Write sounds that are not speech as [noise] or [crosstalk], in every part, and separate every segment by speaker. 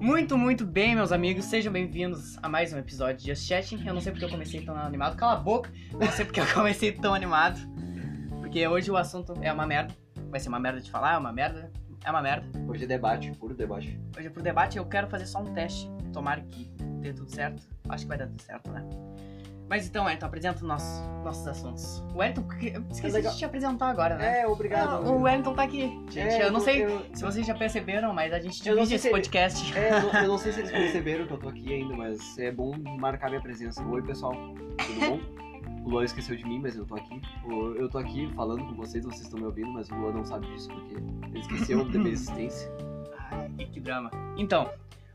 Speaker 1: Muito, muito bem, meus amigos. Sejam bem-vindos a mais um episódio de Just Chatting. Eu não sei porque eu comecei tão animado. Cala a boca. Não sei porque eu comecei tão animado. Porque hoje o assunto é uma merda. Vai ser uma merda de falar, é uma merda. É uma merda.
Speaker 2: Hoje é debate, puro debate.
Speaker 1: Hoje é pro debate eu quero fazer só um teste. Tomara que dê tudo certo. Acho que vai dar tudo certo, né? Mas então, Elton, apresenta os nossos, nossos assuntos. O Elton, que- eu esqueci
Speaker 2: legal.
Speaker 1: de te apresentar agora, né?
Speaker 2: É, obrigado.
Speaker 1: Ah,
Speaker 2: amigo.
Speaker 1: o Wellington tá aqui. Gente,
Speaker 2: É,
Speaker 1: eu não sei
Speaker 2: Eu,
Speaker 1: se vocês já perceberam, mas a gente
Speaker 2: Eu não
Speaker 1: divide esse
Speaker 2: sei se-
Speaker 1: podcast.
Speaker 2: é, eu não- eu não sei
Speaker 1: [laughs]
Speaker 2: se eles perceberam que eu tô aqui ainda, mas é bom marcar minha presença. Oi, pessoal. Tudo bom? O Luan esqueceu de mim, mas eu tô aqui. O- Eu tô aqui falando com vocês, vocês estão me ouvindo, mas o Luan não sabe disso porque ele esqueceu
Speaker 1: [laughs]
Speaker 2: da minha existência.
Speaker 1: Ai, que drama. Então,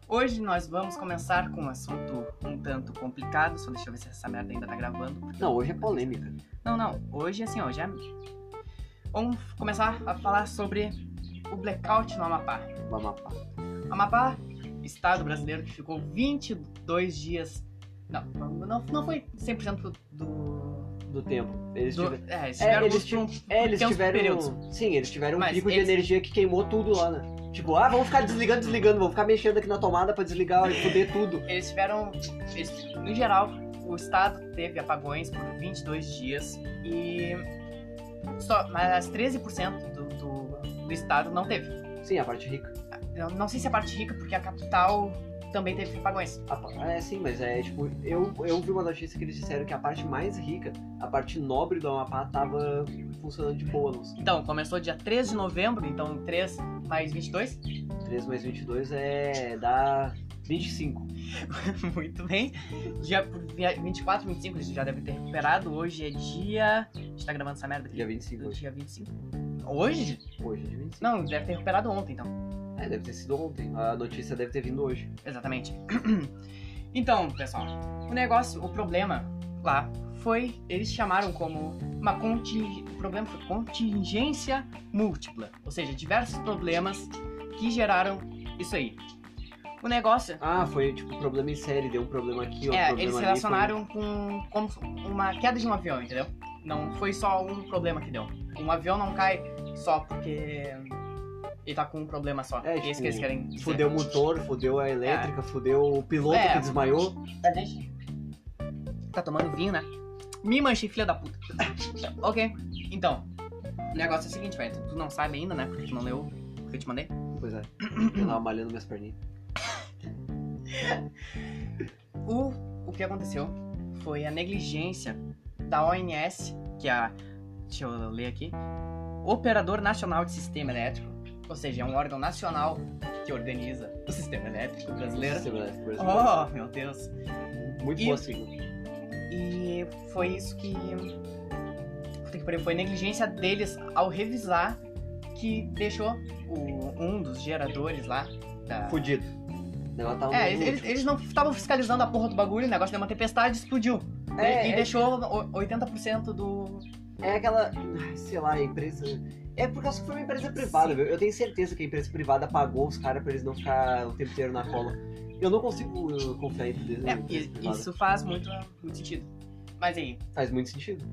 Speaker 1: hoje nós vamos começar com um assunto um tanto complicado. Só deixa eu ver se essa merda ainda tá gravando. porque
Speaker 2: Não,
Speaker 1: eu-
Speaker 2: hoje é polêmica.
Speaker 1: Não, não. Hoje, assim, hoje é... Vamos começar a falar sobre o blackout no Amapá.
Speaker 2: O Amapá.
Speaker 1: Amapá, estado brasileiro que ficou 22 dias... Não, não, não foi 100% do...
Speaker 2: Do tempo. Eles
Speaker 1: do
Speaker 2: tiveram.
Speaker 1: é, eles
Speaker 2: É,
Speaker 1: tiveram
Speaker 2: eles
Speaker 1: por um-
Speaker 2: É, eles
Speaker 1: tem uns
Speaker 2: tiveram.
Speaker 1: períodos.
Speaker 2: Sim, eles tiveram um
Speaker 1: Mas
Speaker 2: pico
Speaker 1: eles-
Speaker 2: de energia que queimou tudo lá, né? Tipo, ah, vamos ficar desligando, desligando, vamos ficar mexendo aqui na tomada pra desligar e foder tudo.
Speaker 1: Eles tiveram, eles- no geral, o estado teve apagões por 22 dias e só, mas 13% do, do, do estado não teve.
Speaker 2: Sim, a parte rica.
Speaker 1: Eu não sei se a parte rica, porque a capital também teve apagões.
Speaker 2: A pa- É, sim, mas é tipo, eu, eu vi uma notícia que eles disseram que a parte mais rica, a parte nobre do Amapá, tava funcionando de boa. Não sei.
Speaker 1: Então, começou dia 3 de novembro, então 3 mais 22.
Speaker 2: 3 mais 22 é. dá 25.
Speaker 1: [laughs] Muito bem. Dia por dia 24, 25, eles já devem ter recuperado. Hoje é dia... A gente tá gravando essa merda aqui.
Speaker 2: Dia 25 hoje.
Speaker 1: Dia 25. Hoje?
Speaker 2: Hoje é de 25.
Speaker 1: Não, deve ter recuperado ontem, então.
Speaker 2: É, deve ter sido ontem. A notícia deve ter vindo hoje.
Speaker 1: Exatamente. [clears throat] Então, pessoal, o negócio, o problema lá foi, eles chamaram como uma contingência, o problema foi contingência múltipla, ou seja, diversos problemas que geraram isso aí. O negócio
Speaker 2: Ah, foi tipo problema em série, deu um problema aqui, outro
Speaker 1: é,
Speaker 2: problema
Speaker 1: eles
Speaker 2: ali,
Speaker 1: relacionaram com como uma queda de um avião, entendeu? Não foi só um problema que deu. Um avião não cai só porque ele tá com um problema só.
Speaker 2: É,
Speaker 1: É, Esse
Speaker 2: tipo,
Speaker 1: que eles querem dizer.
Speaker 2: foi- Fudeu o motor, fudeu a elétrica, fudeu o piloto
Speaker 1: É.
Speaker 2: que desmaiou.
Speaker 1: A gente tá tomando vinho, né? Me manchei, filha da puta. [laughs] ok, então. O negócio é o seguinte, velho. Tu não sabe ainda, né? Porque tu não leu o que eu te mandei.
Speaker 2: Pois é. Eu tava malhando minhas perninhas.
Speaker 1: O, o que aconteceu foi a negligência da ONS, que é a. Deixa eu ler aqui. Operador Nacional de Sistema Elétrico. Ou seja, é um órgão nacional que organiza o sistema elétrico brasileiro.
Speaker 2: Sistema elétrico brasileiro.
Speaker 1: Oh, meu Deus.
Speaker 2: Muito
Speaker 1: e-
Speaker 2: boa sigla.
Speaker 1: E foi isso que. Puta que pariu, Foi negligência deles ao revisar que deixou o- um dos geradores lá. da-
Speaker 2: Fudido. tá um O negócio tava
Speaker 1: É,
Speaker 2: muito
Speaker 1: eles, eles-
Speaker 2: útil.
Speaker 1: eles não estavam fiscalizando a porra do bagulho, o negócio deu uma tempestade explodiu.
Speaker 2: É,
Speaker 1: e e
Speaker 2: é.
Speaker 1: deixou o- 80% do.
Speaker 2: É aquela, ai, sei lá, a empresa. É por causa que foi uma empresa privada, viu? Eu tenho certeza que a empresa privada pagou os caras pra eles não ficar o tempo inteiro na cola. Eu não consigo uh, confiar em empresa,
Speaker 1: É,
Speaker 2: em empresa
Speaker 1: e-
Speaker 2: privada.
Speaker 1: isso faz muito, muito sentido. Mas aí.
Speaker 2: Faz
Speaker 1: [clears throat]
Speaker 2: muito sentido.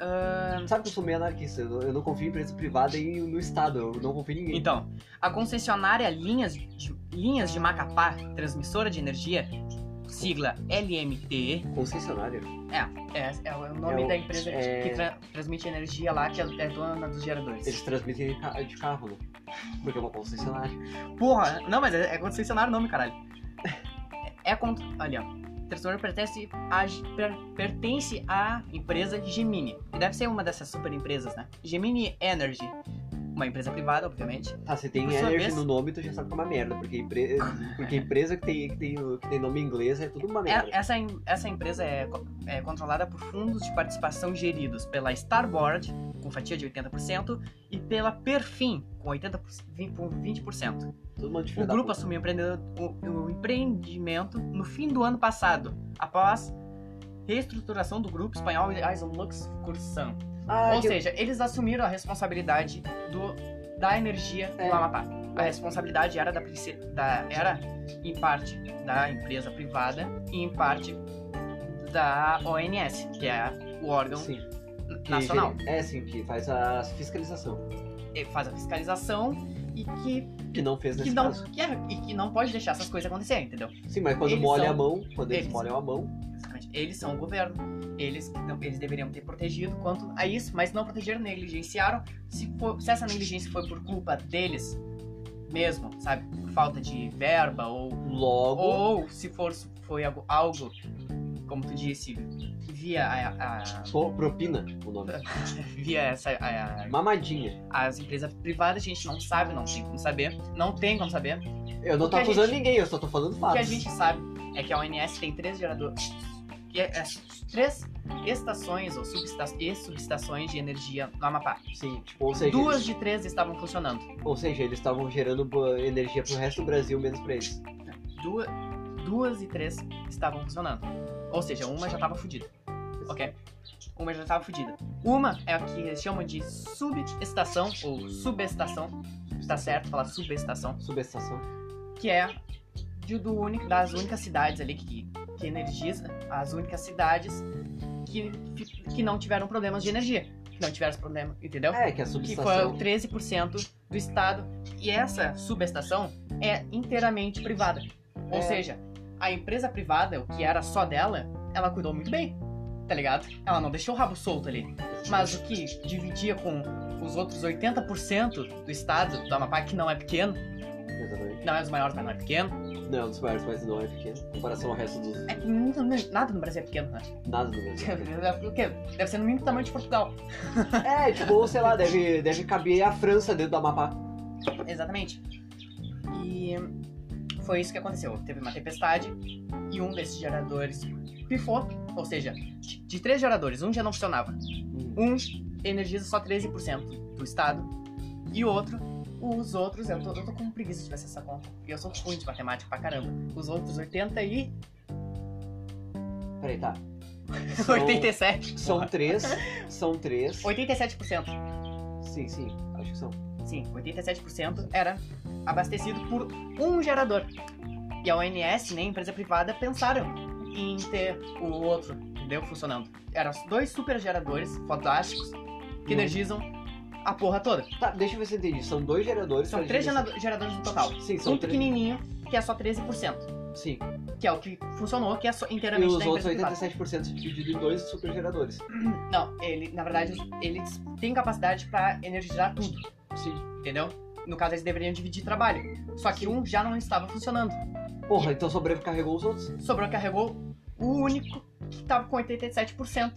Speaker 1: ahn,
Speaker 2: Sabe que eu sou meio anarquista, eu não, eu não confio em empresa privada e no Estado, eu não confio em ninguém.
Speaker 1: Então, a concessionária Linhas de, Linhas de Macapá, transmissora de energia, sigla LMTE,
Speaker 2: Concessionária.
Speaker 1: É, é o é o nome
Speaker 2: É o-
Speaker 1: da empresa que-
Speaker 2: é-
Speaker 1: que tra- transmite energia lá, que é é dona dos geradores.
Speaker 2: Eles transmitem de ca- de carro, né? Porque é uma concessionária.
Speaker 1: Porra, não, mas é, é concessionário o nome, caralho. É, é contra. Olha, ó. Transtorno pertence a, G- per- pertence à empresa Gemini. que Deve ser uma dessas super empresas, né? Gemini Energy. Uma empresa privada, obviamente.
Speaker 2: Tá, se tem
Speaker 1: Por sua
Speaker 2: energy
Speaker 1: vez-
Speaker 2: no nome, tu já sabe que é uma merda, porque, empre... porque empresa que tem, que, tem, que tem nome inglês é tudo uma merda.
Speaker 1: É- essa, em- essa empresa é, co- é controlada por fundos de participação geridos pela Starboard, com fatia de 80%, e pela Perfin, com 80%, com 20%.
Speaker 2: Tudo uma
Speaker 1: O grupo assumiu o empreende- o- o empreendimento no fim do ano passado, após reestruturação do grupo espanhol Isolux Cursan.
Speaker 2: Ah,
Speaker 1: Ou
Speaker 2: que-
Speaker 1: seja, eles assumiram a responsabilidade do, da energia
Speaker 2: É.
Speaker 1: do Amapá. A responsabilidade era da, prince- da era em parte da empresa privada e em parte da ONS, que é o órgão
Speaker 2: Sim. que
Speaker 1: nacional.
Speaker 2: gere- É, sim, que faz a fiscalização.
Speaker 1: ele faz a fiscalização e que
Speaker 2: Que não fez
Speaker 1: que
Speaker 2: nesse
Speaker 1: não,
Speaker 2: caso.
Speaker 1: que é- e que não pode deixar essas coisas acontecerem, entendeu?
Speaker 2: Sim, mas quando
Speaker 1: Eles
Speaker 2: molha
Speaker 1: são-
Speaker 2: a mão, quando eles,
Speaker 1: eles-
Speaker 2: molham a mão,
Speaker 1: Exatamente. Eles são o governo. Eles, que não- eles deveriam ter protegido quanto a isso, mas não protegeram, negligenciaram. Se, for- se essa negligência foi por culpa deles mesmo, sabe? Por falta de verba ou,
Speaker 2: logo.
Speaker 1: ou se for, foi algo, algo, como tu disse, via, a- a-
Speaker 2: Só propina o
Speaker 1: É.
Speaker 2: nome.
Speaker 1: via essa, a-
Speaker 2: Mamadinha.
Speaker 1: as empresas privadas, a gente não sabe, não tem como saber. Não tem como saber.
Speaker 2: Eu não
Speaker 1: O que
Speaker 2: tô
Speaker 1: a
Speaker 2: acusando
Speaker 1: gente-
Speaker 2: ninguém, eu só tô falando
Speaker 1: O que a
Speaker 2: fatos.
Speaker 1: gente sabe é que a ONS tem três geradores. Que é, é, três estações ou subesta e subestações de energia no Amapá.
Speaker 2: Sim, tipo, ou seja,
Speaker 1: Duas
Speaker 2: eles-
Speaker 1: de três estavam funcionando.
Speaker 2: ou seja, eles estavam gerando boa energia pro resto do Brasil, menos pra eles.
Speaker 1: Duas, duas e três estavam funcionando. Ou seja, uma já estava fodida. Ok? Uma já estava fodida. Uma é a que eles chamam de subestação ou subestação. Tá certo falar subestação.
Speaker 2: Subestação.
Speaker 1: que é de- do único, das únicas cidades ali que, que energiza, as únicas cidades que, fi- que não tiveram problemas de energia. Que não tiveram esse problema, entendeu?
Speaker 2: É, que a
Speaker 1: Que foi
Speaker 2: subestação.
Speaker 1: o 13% do estado. E essa subestação é inteiramente privada.
Speaker 2: É.
Speaker 1: Ou seja, a empresa privada, o que era só dela, ela cuidou muito bem. Tá ligado? Ela não deixou o rabo solto ali. Mas o que dividia com os outros 80% do estado do Amapá, que não é pequeno,
Speaker 2: Exatamente.
Speaker 1: não é dos maiores, mas não é pequeno.
Speaker 2: Não, é um dos maiores, mas não é pequeno. Em comparação ao resto dos.
Speaker 1: É que nem- nem- nada no Brasil é [laughs] pequeno, né?
Speaker 2: Nada do Brasil.
Speaker 1: O quê? Deve ser no mínimo tamanho de Portugal.
Speaker 2: É, tipo, ou sei lá, deve, deve caber a França dentro do Amapá.
Speaker 1: Exatamente. E foi isso que aconteceu. Teve uma tempestade e um desses geradores pifou. Ou seja, de de três geradores, um já não funcionava.
Speaker 2: Hum,
Speaker 1: Um energiza só 13% do estado. E outro, os outros, eu tô, eu tô com preguiça de fazer essa conta. E eu sou ruim de matemática pra caramba. Os outros 80 e
Speaker 2: Peraí, tá.
Speaker 1: [laughs]
Speaker 2: São,
Speaker 1: 87.
Speaker 2: são
Speaker 1: porra. [laughs]
Speaker 2: três. São três.
Speaker 1: 87%.
Speaker 2: Sim, sim, acho que são.
Speaker 1: Sim, 87% era abastecido por um gerador. E a ONS, nem a empresa privada, pensaram em ter o outro, entendeu? Funcionando. Eram dois super geradores fantásticos que
Speaker 2: Hum.
Speaker 1: energizam a porra toda.
Speaker 2: Tá, deixa eu ver se eu entendi. São dois geradores.
Speaker 1: São
Speaker 2: pra
Speaker 1: três
Speaker 2: dividir-
Speaker 1: gerado- geradores no total.
Speaker 2: Sim,
Speaker 1: Um
Speaker 2: é são três.
Speaker 1: pequenininho, que é só 13%,
Speaker 2: Sim.
Speaker 1: que é o que funcionou, que é só
Speaker 2: E
Speaker 1: inteiramente
Speaker 2: os
Speaker 1: da
Speaker 2: outros
Speaker 1: empresa privada.
Speaker 2: 87% dividido em dois super geradores.
Speaker 1: Não, ele, na verdade, ele tem capacidade pra energizar tudo.
Speaker 2: Sim.
Speaker 1: Entendeu? No caso, eles deveriam dividir trabalho. Só que um já não estava funcionando.
Speaker 2: Porra, então sobrecarregou os outros.
Speaker 1: sobrecarregou o único que tava com 87%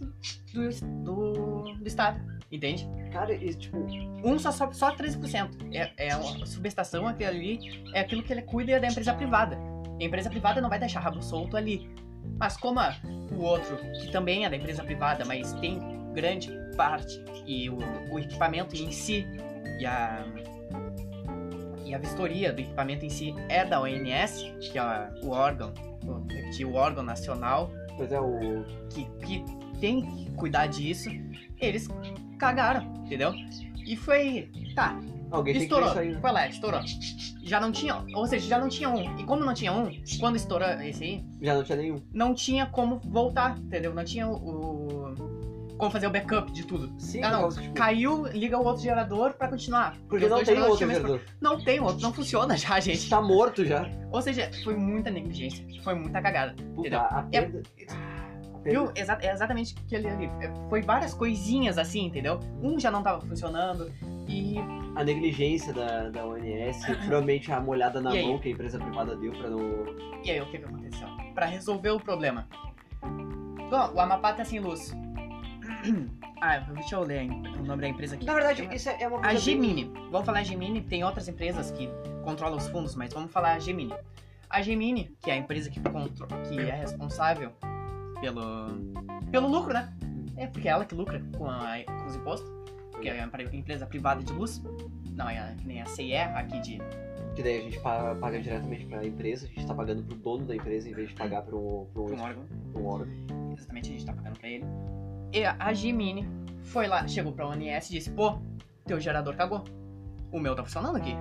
Speaker 1: do, es- do, do estado, entende?
Speaker 2: Cara, e tipo,
Speaker 1: Um só sobe só 13%. É, é uma subestação, aquilo ali é aquilo que ele cuida e é da empresa privada. A empresa privada não vai deixar rabo solto ali. Mas como a- o outro, que também é da empresa privada, mas tem grande parte e o, o equipamento em si e a, e a vistoria do equipamento em si é da ONS, que é a- o órgão, o, que é o órgão nacional
Speaker 2: pois é, o.
Speaker 1: que, que tem que cuidar disso, eles cagaram, entendeu? E foi. Tá,
Speaker 2: Alguém
Speaker 1: estourou.
Speaker 2: tem que ver isso aí. né?
Speaker 1: Qual é? Estourou. Já não tinha. Ou seja, já não tinha um. E como não tinha um, quando estourou esse aí,
Speaker 2: Já não tinha nenhum.
Speaker 1: não tinha como voltar, entendeu? Não tinha o. o- como fazer o backup de tudo.
Speaker 2: Sim,
Speaker 1: Ah, não.
Speaker 2: por causa que, tipo,
Speaker 1: Caiu, liga o outro gerador pra continuar.
Speaker 2: Porque
Speaker 1: os
Speaker 2: não
Speaker 1: dois
Speaker 2: tem
Speaker 1: geradores
Speaker 2: outro
Speaker 1: tinham o mesmo
Speaker 2: gerador.
Speaker 1: pro- Não tem outro, não funciona já, gente.
Speaker 2: Tá morto já.
Speaker 1: Ou seja, foi muita negligência, foi muita cagada.
Speaker 2: Puta,
Speaker 1: Entendeu?
Speaker 2: a
Speaker 1: É-
Speaker 2: perda. Ah, a perda-
Speaker 1: Viu? Exa é exatamente aquele ali. É, Foi várias coisinhas assim, entendeu? Um já não tava funcionando e
Speaker 2: A negligência da,
Speaker 1: [laughs]
Speaker 2: da ONS, provavelmente a molhada na
Speaker 1: E aí?
Speaker 2: mão que a empresa privada deu pra não.
Speaker 1: E aí, o que, que aconteceu? Pra resolver o problema. Bom, o Amapá tá sem luz. [clears throat] ah, deixa eu ler a em- o nome da empresa aqui.
Speaker 2: Na verdade, isso é uma
Speaker 1: A
Speaker 2: coisa. bem-
Speaker 1: Gemini. Vamos falar a Gemini, tem outras empresas que controlam os fundos, mas vamos falar a Gemini. A Gemini, que é a empresa que, contro- que é responsável pelo... pelo lucro, né? É porque é ela que lucra com, a- com os impostos, porque é uma empresa privada de luz. Não, é a- que nem a CIE aqui de
Speaker 2: Que daí a gente pa- paga diretamente pra empresa, a gente tá pagando pro dono da empresa em vez de pagar pro, pro,
Speaker 1: pra um órgão.
Speaker 2: pro órgão.
Speaker 1: exatamente a gente tá pagando pra ele. E a a Gemini foi lá, chegou pra ONS e disse: pô, teu gerador cagou. O meu tá funcionando aqui.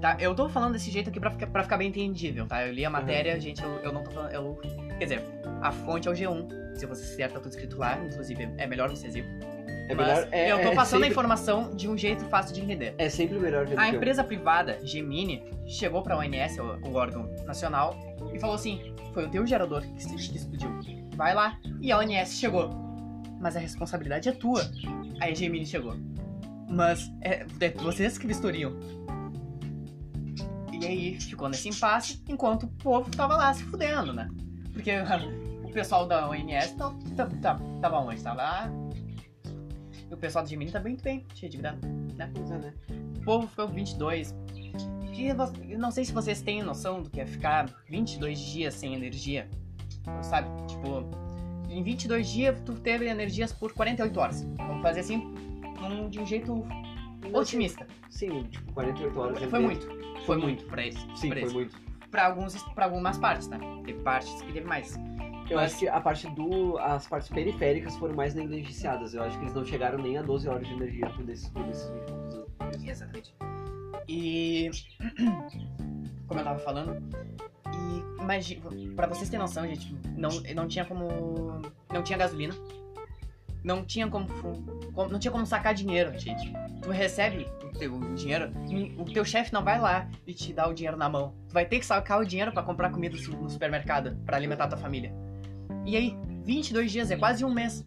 Speaker 1: Tá? Eu tô falando desse jeito aqui pra ficar, pra ficar bem entendível, tá? Eu li a
Speaker 2: Uhum.
Speaker 1: matéria, gente, eu, eu não tô falando. Eu, um. quer dizer, a fonte é o G1. Se você quiser, tá tudo escrito lá. Inclusive, é melhor vocês ir.
Speaker 2: É É
Speaker 1: mas
Speaker 2: melhor. É,
Speaker 1: eu tô
Speaker 2: é
Speaker 1: passando a
Speaker 2: sempre-
Speaker 1: informação de um jeito fácil de entender.
Speaker 2: É sempre melhor ver do
Speaker 1: A
Speaker 2: que eu.
Speaker 1: empresa privada, Gemini, chegou pra ONS, o, o órgão nacional, e falou assim: foi o teu gerador que, se- que explodiu. Vai lá. E a ONS chegou. Mas a responsabilidade é tua. Aí a Gemini chegou. Mas é, é vocês que vistoriam. E aí ficou nesse impasse, enquanto o povo tava lá se fudendo, né? Porque [laughs] o pessoal da ONS tá, tá, tá, tava onde? Tava lá. E o pessoal da Gemini tá muito bem, cheio de grana.
Speaker 2: Pois é, né?
Speaker 1: O povo ficou 22. E vo- eu não sei se vocês têm noção do que é ficar 22 dias sem energia. Sabe? Tipo, em 22 dias tu teve energias por 48 horas. Vamos fazer assim, num- de um jeito otimista.
Speaker 2: Sim, tipo, 48 horas.
Speaker 1: Foi
Speaker 2: dentro.
Speaker 1: muito. Foi muito pra eles.
Speaker 2: Sim,
Speaker 1: pra,
Speaker 2: foi
Speaker 1: eles.
Speaker 2: muito.
Speaker 1: pra, alguns, pra algumas partes, né? Teve partes que teve mais.
Speaker 2: Eu
Speaker 1: Mas-
Speaker 2: acho que a parte do. As partes periféricas foram mais negligenciadas. Eu acho que eles não chegaram nem a 12 horas de energia por desses por desses 20 poucos anos.
Speaker 1: Exatamente. E. [clears throat] Como eu tava falando. E. Imagina. Pra vocês terem noção, gente, não, não tinha como. Não tinha gasolina. Não tinha como, fu- como- Não tinha como sacar dinheiro, gente. Tu recebe o teu dinheiro, e o teu chefe não vai lá e te dá o dinheiro na mão. Tu vai ter que sacar o dinheiro pra comprar comida su- no supermercado, pra alimentar tua família. E aí, 22 dias é quase um mês.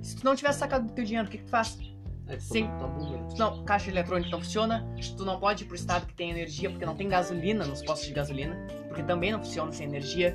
Speaker 1: Se tu não tivesse sacado o teu dinheiro, o que, que tu faz?
Speaker 2: É, tipo,
Speaker 1: Sim.
Speaker 2: tá bom, né?
Speaker 1: Não, caixa eletrônica não funciona. Tu não pode ir pro estado que tem energia, porque não tem gasolina nos postos de gasolina, porque também não funciona sem energia.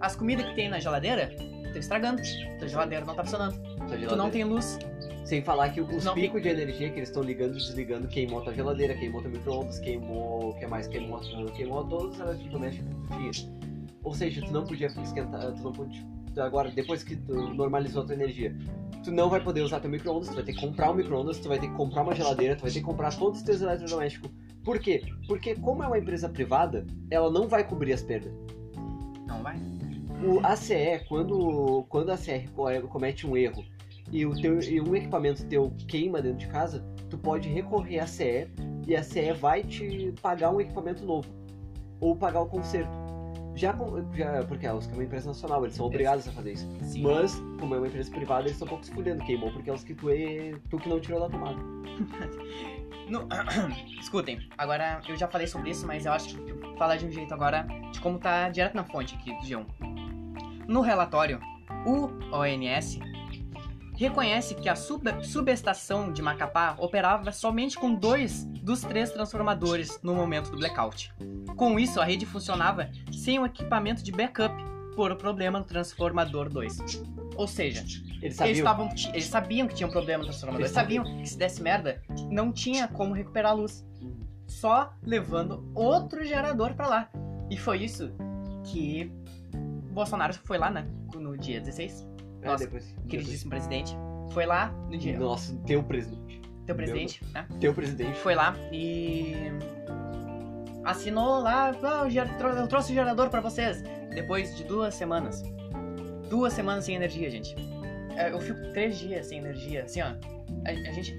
Speaker 1: As comidas que tem na geladeira estão estragando. Tua geladeira não tá funcionando.
Speaker 2: Tua
Speaker 1: Tu não
Speaker 2: geladeira.
Speaker 1: tem luz.
Speaker 2: Sem falar que os
Speaker 1: Não.
Speaker 2: picos de energia que eles estão ligando e desligando queimou tua geladeira, queimou teu micro-ondas, queimou. O que mais? Queimou, queimou todos os eletrodomésticos que tu tinha. Ou seja, tu não podia esquentar. Tu não podia. Agora, depois que tu normalizou a tua energia, tu não vai poder usar teu micro-ondas, tu vai ter que comprar um micro-ondas, tu vai ter que comprar uma geladeira, tu vai ter que comprar todos os teus eletrodomésticos. Por quê? Porque, como é uma empresa privada, ela não vai cobrir as perdas.
Speaker 1: Não vai.
Speaker 2: O ACE, quando, quando a ACE co- comete um erro e, o teu, e um equipamento teu queima dentro de casa, tu pode recorrer à CE e a CE vai te pagar um equipamento novo ou pagar o conserto. Já, com- já porque elas que é uma empresa nacional, eles são obrigados a fazer isso.
Speaker 1: Sim.
Speaker 2: Mas, como é uma empresa privada, eles estão um pouco se fudendo, queimou porque elas que tu, é, tu que não tirou da tomada.
Speaker 1: No- [clears throat] Escutem, agora eu já falei sobre isso, mas eu acho que eu vou falar de um jeito agora de como tá direto na fonte aqui do G1. No relatório, o ONS reconhece que a sub- subestação de Macapá operava somente com dois dos três transformadores no momento do blackout. Com isso, a rede funcionava sem o equipamento de backup por o problema no transformador 2. Ou seja,
Speaker 2: Eles
Speaker 1: eles,
Speaker 2: sabiam.
Speaker 1: tavam- ti- eles sabiam que tinha um problema no transformador. Eles
Speaker 2: Eles
Speaker 1: sabiam que se desse merda, não tinha como recuperar a luz.
Speaker 2: Uhum.
Speaker 1: Só levando outro gerador pra lá. E foi isso que o Bolsonaro foi lá, né? No dia 16,
Speaker 2: É,
Speaker 1: Nossa,
Speaker 2: depois-
Speaker 1: queridíssimo presidente. Foi lá no dia.
Speaker 2: depois- Nossa, teu presidente.
Speaker 1: Teu presidente, né?
Speaker 2: Teu presidente.
Speaker 1: Foi lá e. Assinou lá, "Ah, eu ger- tro- eu trouxe o gerador pra vocês. Depois de duas semanas. Duas semanas sem energia, gente. É, Eu fico três dias sem energia, assim, ó. A, a gente.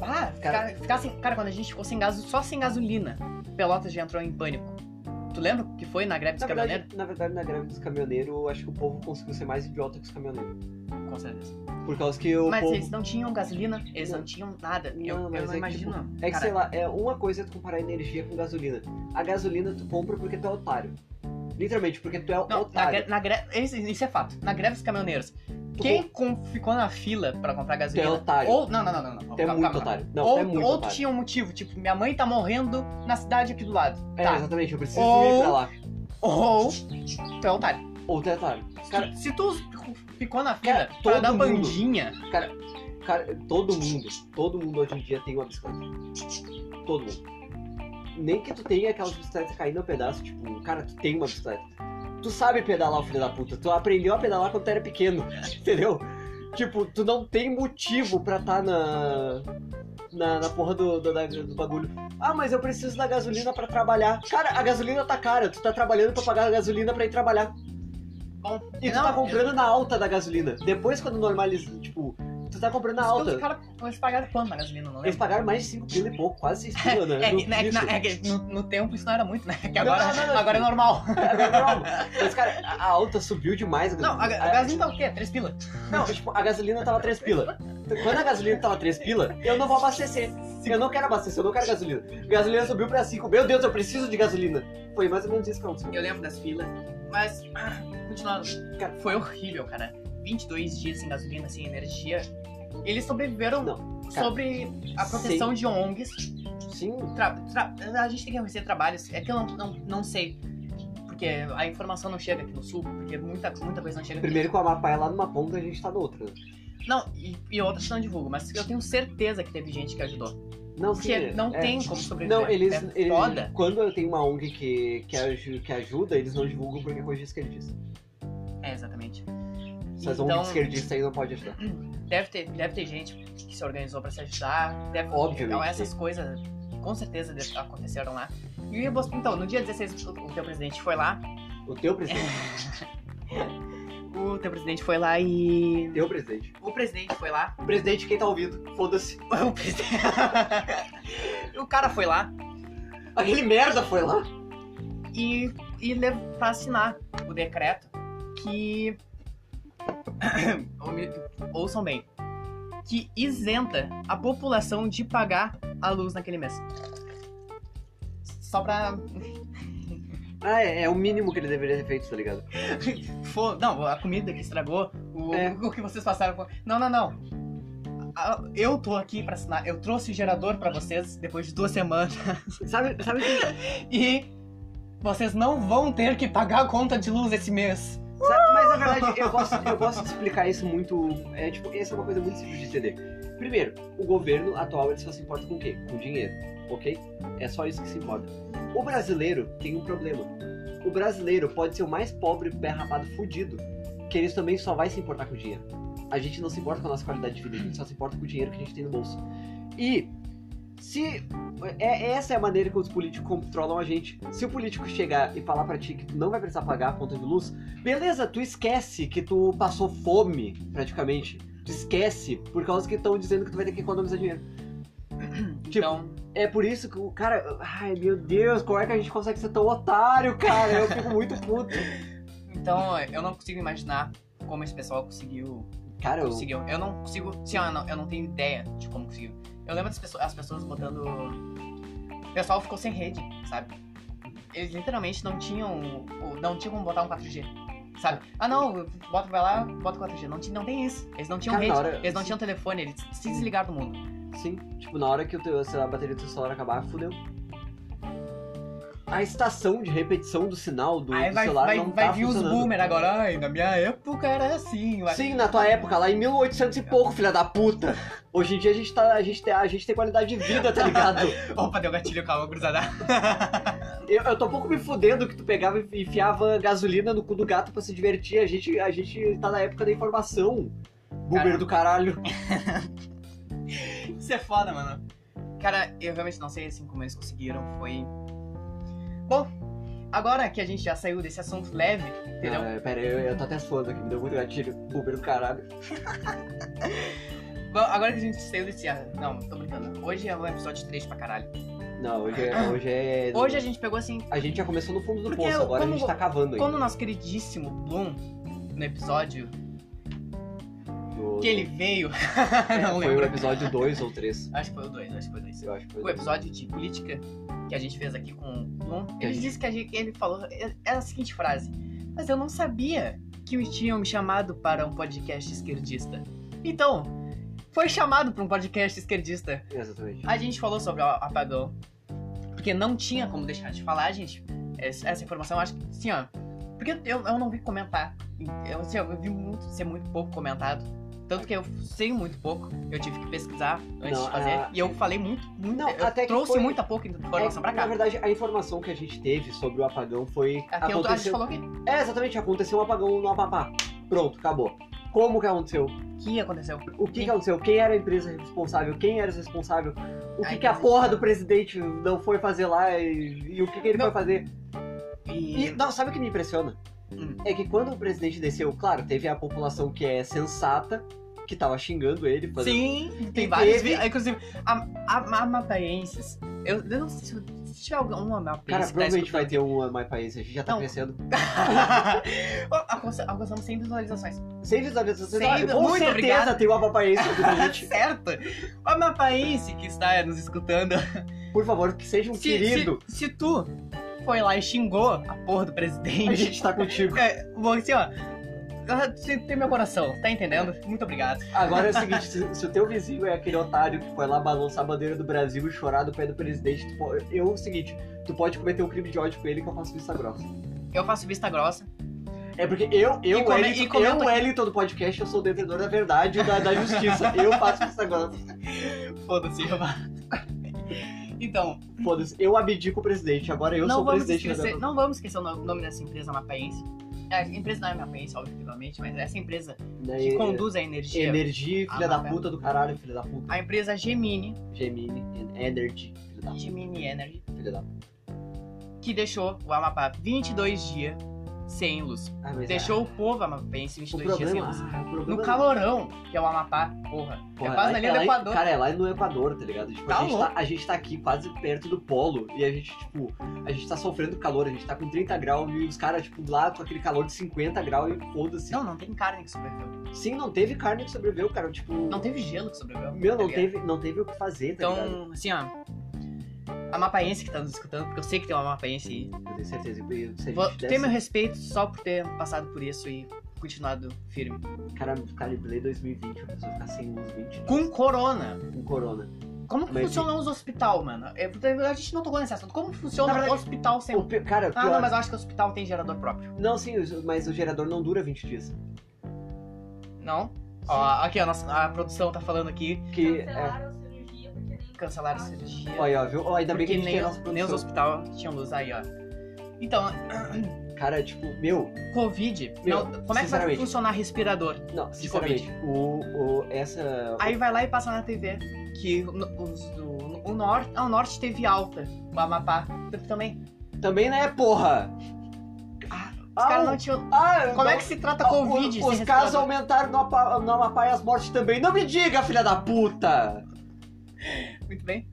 Speaker 1: Ah, cara,
Speaker 2: Cara-
Speaker 1: ficar, sem. Cara, quando a gente ficou sem gaso, só sem gasolina, Pelotas já entrou em pânico. Tu lembra que foi na greve dos
Speaker 2: Na
Speaker 1: caminhoneiros?
Speaker 2: verdade, na verdade, na greve dos caminhoneiros, eu acho que o povo conseguiu ser mais idiota que os caminhoneiros.
Speaker 1: Com certeza.
Speaker 2: Por causa que o
Speaker 1: Mas
Speaker 2: povo...
Speaker 1: eles não tinham gasolina, eles não,
Speaker 2: Não.
Speaker 1: tinham nada.
Speaker 2: Não,
Speaker 1: eu, eu
Speaker 2: mas é
Speaker 1: não
Speaker 2: que,
Speaker 1: imagino.
Speaker 2: É que,
Speaker 1: cara.
Speaker 2: sei lá, é uma coisa é tu comparar energia com gasolina. A gasolina tu compra porque tu é otário. Literalmente, porque tu é
Speaker 1: Não, na,
Speaker 2: otário.
Speaker 1: gre- na greve. Isso, isso é fato. Na greve dos caminhoneiros.
Speaker 2: Tu
Speaker 1: Quem com- ficou na fila pra comprar
Speaker 2: Tu é
Speaker 1: gasolina?
Speaker 2: otário.
Speaker 1: Ou. Não, não, não, não. não.
Speaker 2: Tu é
Speaker 1: Calma,
Speaker 2: muito
Speaker 1: calma,
Speaker 2: otário. Não,
Speaker 1: ou
Speaker 2: tu é muito
Speaker 1: ou tu
Speaker 2: otário.
Speaker 1: tinha um motivo, tipo, minha mãe tá morrendo na cidade aqui do lado.
Speaker 2: É,
Speaker 1: Tá.
Speaker 2: exatamente, eu preciso
Speaker 1: Ou-
Speaker 2: ir pra lá.
Speaker 1: Ou tu é otário.
Speaker 2: Ou tu é otário. Cara,
Speaker 1: se tu ficou na fila
Speaker 2: Cara,
Speaker 1: pra
Speaker 2: todo
Speaker 1: dar
Speaker 2: mundo.
Speaker 1: bandinha,
Speaker 2: cara, todo mundo, todo mundo hoje em dia tem uma bicicleta. Todo mundo. Nem que tu tenha aquelas bicicletas caindo ao pedaço, tipo, cara, tu tem uma bicicleta. Tu sabe pedalar, filho da puta. Tu aprendeu a pedalar quando tu era pequeno, [laughs] entendeu? Tipo, tu não tem motivo pra tá na. Na, na porra do, do, da- do bagulho. Ah, mas eu preciso da gasolina pra trabalhar. Cara, a gasolina tá cara. Tu tá trabalhando pra pagar a gasolina pra ir trabalhar.
Speaker 1: bom,
Speaker 2: E tu
Speaker 1: não,
Speaker 2: tá comprando na alta da gasolina. Depois, quando normaliza, tipo, tu tá comprando a
Speaker 1: Isso que
Speaker 2: alta.
Speaker 1: Os caras eles pagaram quanto na gasolina, não
Speaker 2: Eles
Speaker 1: lembro.
Speaker 2: pagaram mais de 5 pila e pouco, quase 6 pila, né?
Speaker 1: [laughs] É,
Speaker 2: No
Speaker 1: que- né, que na-
Speaker 2: [laughs] preço.
Speaker 1: é que no, no tempo isso não era muito, né? Que
Speaker 2: Não,
Speaker 1: agora,
Speaker 2: não, não, não.
Speaker 1: agora é normal.
Speaker 2: Agora, calma. Mas, cara, a a alta subiu demais.
Speaker 1: Não, a, a
Speaker 2: é.
Speaker 1: gasolina tá o quê? Três pila?
Speaker 2: Não, tipo, a gasolina tava 3 pila. Quando a gasolina tava 3 pila, eu não vou abastecer. Eu não quero abastecer, eu não quero gasolina. Gasolina subiu pra 5. Meu Deus, eu preciso de gasolina. Foi mais ou menos isso que aconteceu.
Speaker 1: Eu lembro das filas, mas ah, continuando.
Speaker 2: Cara,
Speaker 1: Foi horrível, cara. 22 dias sem gasolina, sem energia. Eles sobreviveram
Speaker 2: cara,
Speaker 1: sobre a proteção de ONGs.
Speaker 2: Sim.
Speaker 1: Tra- tra- a gente tem que reconhecer trabalhos. É que eu não, não, não sei. Porque a informação não chega aqui no sul, porque muita, muita coisa não chega aqui.
Speaker 2: Primeiro que o Amapá é lá numa ponta e a gente tá na outra.
Speaker 1: Não, e, e outras não divulgo, mas eu tenho certeza que teve gente que ajudou.
Speaker 2: Não,
Speaker 1: Porque
Speaker 2: sim,
Speaker 1: não
Speaker 2: é.
Speaker 1: tem como sobreviver.
Speaker 2: Não, eles,
Speaker 1: É
Speaker 2: eles-
Speaker 1: foda.
Speaker 2: Quando eu tenho uma ONG que, que, aju- que ajuda, eles não divulgam porque é coisa de esquerdista.
Speaker 1: É, exatamente.
Speaker 2: Essas
Speaker 1: Então-
Speaker 2: ONGs esquerdistas aí não podem ajudar.
Speaker 1: Deve ter, deve ter gente que se organizou pra se ajudar. Deve,
Speaker 2: Obviamente.
Speaker 1: Então, essas coisas com certeza de- aconteceram lá. E o Bos- então, no dia 16, o, o teu presidente foi lá.
Speaker 2: O teu presidente,
Speaker 1: O teu presidente foi lá e.
Speaker 2: teu presidente.
Speaker 1: O presidente foi lá. [laughs]
Speaker 2: Presidente, quem tá ouvindo? Foda-se.
Speaker 1: O presidente. o cara foi lá.
Speaker 2: Aquele merda foi lá.
Speaker 1: e, e lev- pra assinar o decreto que. [coughs] Ou me- Ouçam bem. Que isenta a população de pagar a luz naquele mês. Só pra.
Speaker 2: Ah, é, é o mínimo que ele deveria ter feito, tá ligado?
Speaker 1: Fo- Não, a comida que estragou, o,
Speaker 2: É.
Speaker 1: o que vocês passaram. com- Não, não, não. A- Eu tô aqui pra assinar. Eu trouxe o gerador pra vocês depois de duas semanas.
Speaker 2: Sabe, sabe que,
Speaker 1: E vocês não vão ter que pagar a conta de luz esse mês.
Speaker 2: sabe- mas na verdade, eu posso, eu posso te explicar isso muito. É, tipo, essa é uma coisa muito simples de entender. Primeiro, o governo atual ele só se importa com o quê? Com dinheiro, ok? É só isso que se importa. O brasileiro tem um problema. O brasileiro pode ser o mais pobre, berrapado, fudido, que eles também só vai se importar com o dinheiro. A gente não se importa com a nossa qualidade de vida, a gente só se importa com o dinheiro que a gente tem no bolso. E se é, essa é a maneira que os políticos controlam a gente. Se o político chegar e falar pra ti que tu não vai precisar pagar a conta de luz, beleza, tu esquece que tu passou fome, praticamente. Tu esquece, por causa que estão dizendo que tu vai ter que economizar dinheiro. Tipo,
Speaker 1: Então.
Speaker 2: É por isso que o cara. Ai meu Deus, como é que a gente consegue ser tão otário, cara? Eu fico muito
Speaker 1: [laughs]
Speaker 2: puto.
Speaker 1: Então, eu não consigo imaginar como esse pessoal conseguiu.
Speaker 2: Cara, eu.
Speaker 1: conseguiu. Eu não consigo. Sim, eu não, eu não tenho ideia de como conseguiu. Eu lembro das pessoas, as pessoas botando. O pessoal ficou sem rede, sabe? Eles literalmente não tinham. o- Não tinham como botar um 4G. Sabe? Ah não, bota, vai lá, bota 4G. Não, ti- não tem isso. Eles não tinham
Speaker 2: Cara,
Speaker 1: rede,
Speaker 2: na hora-
Speaker 1: eles não tinham telefone, eles se desligaram do mundo.
Speaker 2: Sim, tipo, na hora que o teu, sei lá, a bateria do teu celular acabar, fudeu. A estação de repetição do sinal do,
Speaker 1: Aí
Speaker 2: do
Speaker 1: vai,
Speaker 2: celular
Speaker 1: vai,
Speaker 2: não
Speaker 1: vai
Speaker 2: tá
Speaker 1: vir os
Speaker 2: funcionando.
Speaker 1: boomer agora. Ai, na minha época era assim. vai-
Speaker 2: Sim, na tua época, lá em 1800 e pouco, filha
Speaker 1: [laughs]
Speaker 2: da puta. Hoje em dia a gente, tá, a gente, tem, a gente tem qualidade de vida, tá ligado?
Speaker 1: Opa, deu gatilho, calma, cruzada.
Speaker 2: [laughs] Eu, eu tô um pouco me fudendo que tu pegava e enfiava gasolina no cu do gato pra se divertir. A gente, a gente tá na época da informação. Boomer
Speaker 1: Cara.
Speaker 2: do caralho.
Speaker 1: Isso é foda, mano. Cara, eu realmente não sei assim como eles conseguiram, foi. Bom, agora que a gente já saiu desse assunto leve, entendeu?
Speaker 2: Ah, pera, eu, eu tô até suando aqui, me deu muito gatilho. Boomer do caralho. É.
Speaker 1: Bom, agora que a gente saiu desse. ah, Não, tô brincando. Hoje é um episódio triste pra caralho.
Speaker 2: Não, hoje é. Hoje, é...
Speaker 1: Ah. Hoje a gente pegou assim,
Speaker 2: A gente já começou no fundo do
Speaker 1: Porque
Speaker 2: poço, agora
Speaker 1: como-
Speaker 2: a gente tá cavando aí.
Speaker 1: como o nosso queridíssimo Bloom, no episódio
Speaker 2: Do-
Speaker 1: que ele veio. [laughs]
Speaker 2: é,
Speaker 1: não
Speaker 2: foi o
Speaker 1: lembro.
Speaker 2: episódio 2 ou 3.
Speaker 1: Acho que foi o 2, acho que foi o 2.
Speaker 2: Eu acho que foi
Speaker 1: o episódio de política que a gente fez aqui com o Bloom,
Speaker 2: Que a
Speaker 1: ele
Speaker 2: gente-
Speaker 1: disse que a gente, ele falou é- era a seguinte frase: Mas eu não sabia que me tinham me chamado para um podcast esquerdista. Então, foi chamado para um podcast esquerdista.
Speaker 2: Exatamente.
Speaker 1: A gente falou sobre o apagão, porque não tinha como deixar de falar, gente. Essa essa informação, eu acho que sim, ó. Porque eu, eu não vi comentar. Eu, assim, eu vi muito, ser muito pouco comentado. Tanto que eu sei muito pouco, eu tive que pesquisar antes
Speaker 2: Não,
Speaker 1: de fazer.
Speaker 2: a-
Speaker 1: E eu falei muito, muito.
Speaker 2: Não,
Speaker 1: eu
Speaker 2: até que
Speaker 1: trouxe
Speaker 2: foi-
Speaker 1: muita pouca informação
Speaker 2: É,
Speaker 1: pra
Speaker 2: Na
Speaker 1: cá.
Speaker 2: verdade, a informação que a gente teve sobre o apagão foi.
Speaker 1: Aqui eu- a gente falou que,
Speaker 2: É, exatamente, aconteceu um apagão no Amapá. Pronto, acabou. Como que aconteceu?
Speaker 1: que aconteceu.
Speaker 2: O que, que aconteceu? Quem era a empresa responsável? Quem era o responsável? O que,
Speaker 1: Ai,
Speaker 2: que a
Speaker 1: mas-
Speaker 2: porra do presidente não foi fazer lá e, e o que, que ele
Speaker 1: Não.
Speaker 2: foi fazer?
Speaker 1: E,
Speaker 2: E não, sabe o que me impressiona?
Speaker 1: Hum.
Speaker 2: É que quando o presidente desceu, claro, teve a população que é sensata que tava xingando ele, fazendo
Speaker 1: Sim, tem
Speaker 2: E
Speaker 1: vários
Speaker 2: teve-
Speaker 1: vídeos. Inclusive, a- a- amapaienses. Eu, eu não sei se, se tiver algum
Speaker 2: Cara,
Speaker 1: amapaiense. que tá
Speaker 2: provavelmente vai
Speaker 1: escutando.
Speaker 2: ter um My País, a gente já tá
Speaker 1: Não.
Speaker 2: crescendo.
Speaker 1: [laughs] Ó, alcança- Alcançamos 100 visualizações.
Speaker 2: Sem visualizações,
Speaker 1: Sem-
Speaker 2: ah, com
Speaker 1: muito
Speaker 2: certeza
Speaker 1: obrigado.
Speaker 2: tem um Mapa País
Speaker 1: [laughs]
Speaker 2: ouvindo a gente.
Speaker 1: certo? O amapaense que está nos escutando.
Speaker 2: Por favor, que seja um querido.
Speaker 1: se, se tu foi lá e xingou a porra do
Speaker 2: A
Speaker 1: presidente,
Speaker 2: gente tá contigo.
Speaker 1: é, você, ó. Você tem meu coração, tá entendendo? Muito obrigado.
Speaker 2: Agora é o seguinte, se, se o teu vizinho é aquele otário que foi lá balançar a bandeira do Brasil e chorar do pé do presidente, tu po- eu, é o seguinte, tu pode cometer um crime de ódio com ele que eu faço vista grossa.
Speaker 1: Eu faço vista grossa.
Speaker 2: É porque eu, eu,
Speaker 1: E come- e
Speaker 2: Wellington, eu,
Speaker 1: comenta-
Speaker 2: Wellington do podcast, eu sou o detentor da verdade e da, da justiça. Eu faço vista grossa.
Speaker 1: Foda-se, eu [laughs] Então,
Speaker 2: Foda-se, eu abdico o presidente, agora eu
Speaker 1: não,
Speaker 2: sou o
Speaker 1: vamos
Speaker 2: presidente.
Speaker 1: esquecer,
Speaker 2: da-
Speaker 1: não vamos esquecer o no- nome dessa empresa amapaense. A empresa não é amapaense, obviamente, mas é essa empresa
Speaker 2: Daí-
Speaker 1: que conduz a energia.
Speaker 2: é, Energia, filha
Speaker 1: Ah,
Speaker 2: da
Speaker 1: não,
Speaker 2: puta do caralho, filha da puta.
Speaker 1: A empresa Gemini,
Speaker 2: Gemini, en- Energy, filha da
Speaker 1: Gemini Energy,
Speaker 2: filha da puta.
Speaker 1: que deixou o Amapá 22 dias sem luz.
Speaker 2: Ah, mas
Speaker 1: Deixou o povo amapense
Speaker 2: é. o
Speaker 1: 22 dias sem
Speaker 2: problema.
Speaker 1: luz.
Speaker 2: ah, o problema
Speaker 1: No calorão, que é o Amapá, porra.
Speaker 2: Porra,
Speaker 1: é quase
Speaker 2: lá-
Speaker 1: na linha do
Speaker 2: lá em-
Speaker 1: Equador.
Speaker 2: Cara, é lá no Equador, tá ligado? Tipo,
Speaker 1: Tá
Speaker 2: a, gente
Speaker 1: louco.
Speaker 2: tá, a gente tá aqui quase perto do polo e a gente, tipo, a gente tá sofrendo calor, a gente tá com 30 graus e os caras, tipo, lá com aquele calor de 50 graus e foda-se.
Speaker 1: Não, não tem carne que sobreviveu.
Speaker 2: Sim, não teve carne que sobreviveu, cara. Tipo,
Speaker 1: Não teve gelo que sobreviveu.
Speaker 2: meu,
Speaker 1: tá
Speaker 2: não
Speaker 1: ligado?
Speaker 2: teve, não teve o que fazer, tá ligado?
Speaker 1: Então, assim, ó. Amapaense que tá nos escutando, porque eu sei que tem um amapaense aí.
Speaker 2: Eu tenho certeza. que Se a gente
Speaker 1: Vou-
Speaker 2: desse-
Speaker 1: Tem meu respeito só por ter passado por isso e continuado firme.
Speaker 2: Cara, calibrei 2020, a pessoa ficar sem luz 20
Speaker 1: Com corona.
Speaker 2: com corona.
Speaker 1: Como que
Speaker 2: Mas-
Speaker 1: funciona os hospital, mano? É, A gente não tocou nesse assunto. Como funciona
Speaker 2: Na verdade,
Speaker 1: o hospital sem...
Speaker 2: O pi- Cara,
Speaker 1: Ah,
Speaker 2: pior-
Speaker 1: não, mas eu acho que o hospital tem gerador próprio.
Speaker 2: Não, sim, os- mas o gerador não dura 20 dias.
Speaker 1: Não? Ó, aqui, ó, nossa, a produção tá falando aqui.
Speaker 2: Que é.
Speaker 3: Cancelaram a cirurgia porque nem. Ah,
Speaker 1: Cancelaram a cirurgia.
Speaker 2: Olha, ó, viu? Ó, ainda bem que a
Speaker 1: porque
Speaker 2: gente tem
Speaker 1: nem,
Speaker 2: a nossa
Speaker 1: nem os
Speaker 2: produção.
Speaker 1: hospital tinham luz aí, ó. Então,
Speaker 2: Cara, tipo, meu,
Speaker 1: Covid, não-
Speaker 2: Meu,
Speaker 1: como é que vai
Speaker 2: sinceramente.
Speaker 1: funcionar respirador?
Speaker 2: não, sinceramente, o, o, essa.
Speaker 1: Aí vai lá e passa na TV que o, no- os do- o norte, ah, o norte teve alta, o Amapá também.
Speaker 2: Também né, porra!
Speaker 1: Ah, Os
Speaker 2: Ah,
Speaker 1: caras
Speaker 2: o-
Speaker 1: não tinham.
Speaker 2: ah,
Speaker 1: Como é que se trata Covid?
Speaker 2: Os,
Speaker 1: sem
Speaker 2: casos
Speaker 1: respirador?
Speaker 2: aumentaram no Apa- no Amapá e as mortes também. Não me diga, filha da puta!
Speaker 1: Muito bem.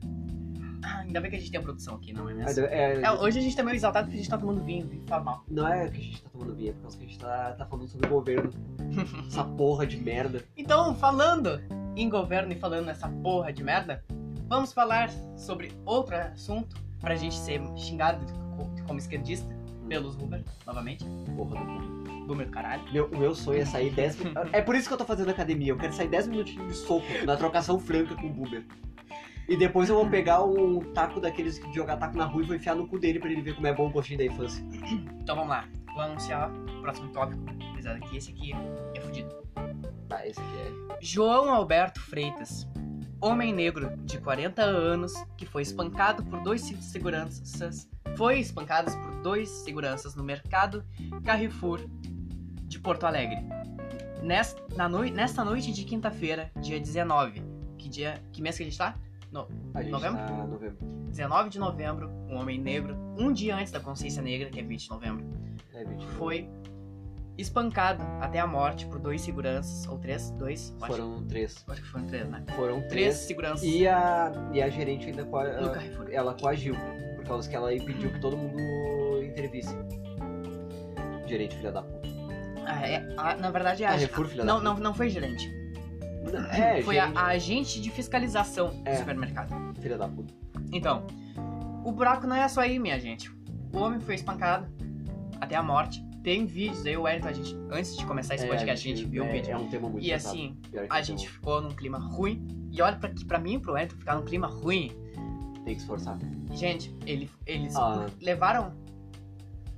Speaker 1: Ah, ainda bem que a gente tem a produção aqui, não é
Speaker 2: Mas,
Speaker 1: mesmo?
Speaker 2: é,
Speaker 1: É, hoje a gente tá meio exaltado porque a gente tá tomando vinho, vinho fala mal.
Speaker 2: Não é que a gente tá tomando vinho, é por causa que a gente tá, tá falando sobre o [laughs] governo. Essa porra de merda.
Speaker 1: Então, falando em governo e falando nessa porra de merda, vamos falar sobre outro assunto pra gente ser xingado co- como esquerdista pelos Uber, novamente.
Speaker 2: Porra do
Speaker 1: Boomer do caralho.
Speaker 2: Meu, o meu sonho é sair 10 min- É por isso que eu tô fazendo academia. Eu quero sair 10 minutinhos de soco na trocação franca com o Boomer. E depois eu vou pegar um taco daqueles que jogar taco na rua e vou enfiar no cu dele pra ele ver como é bom o gostinho da infância.
Speaker 1: Então vamos lá, vou anunciar o próximo tópico, apesar que esse aqui é fudido.
Speaker 2: Tá, esse aqui é.
Speaker 1: João Alberto Freitas, homem negro de 40 anos que foi espancado por dois seguranças, foi espancado por dois seguranças no mercado Carrefour de Porto Alegre. Nesta, na noi- nesta noite de quinta-feira, dia 19, que dia, que mês que a gente tá?
Speaker 2: A gente
Speaker 1: Novembro?
Speaker 2: tá novembro.
Speaker 1: 19 de novembro, um homem negro, um dia antes da consciência negra, que é 20 de novembro.
Speaker 2: É, 20.
Speaker 1: foi espancado até a morte por dois seguranças, ou três, dois, eu acho,
Speaker 2: Foram três.
Speaker 1: eu acho que foram três, né?
Speaker 2: Foram
Speaker 1: Três
Speaker 2: três.
Speaker 1: seguranças
Speaker 2: E a, e a gerente ainda co-
Speaker 1: no
Speaker 2: ela-
Speaker 1: Carrefour.
Speaker 2: ela coagiu. Por causa que ela impediu que todo mundo entrevisse. Gerente, filha da puta.
Speaker 1: Ah, é- a- na verdade, é a,
Speaker 2: Carrefour, filha da
Speaker 1: não,
Speaker 2: puta.
Speaker 1: não, não foi gerente.
Speaker 2: É,
Speaker 1: foi a,
Speaker 2: gerente,
Speaker 1: a agente de fiscalização
Speaker 2: É.
Speaker 1: do supermercado.
Speaker 2: filha da puta.
Speaker 1: Então, o buraco não é só aí, minha gente. O homem foi espancado até a morte. Tem vídeos aí, o Wellington, a gente, antes de começar esse
Speaker 2: É,
Speaker 1: podcast, a gente viu o
Speaker 2: é-
Speaker 1: vídeo.
Speaker 2: É um tema muito
Speaker 1: e
Speaker 2: pesado.
Speaker 1: assim,
Speaker 2: Pior que
Speaker 1: a
Speaker 2: é um
Speaker 1: gente
Speaker 2: tema-
Speaker 1: ficou num clima ruim. E olha pra, que- pra mim e pro Wellington ficar num clima ruim
Speaker 2: Tem que esforçar.
Speaker 1: Gente, ele, eles
Speaker 2: Ah.
Speaker 1: levaram.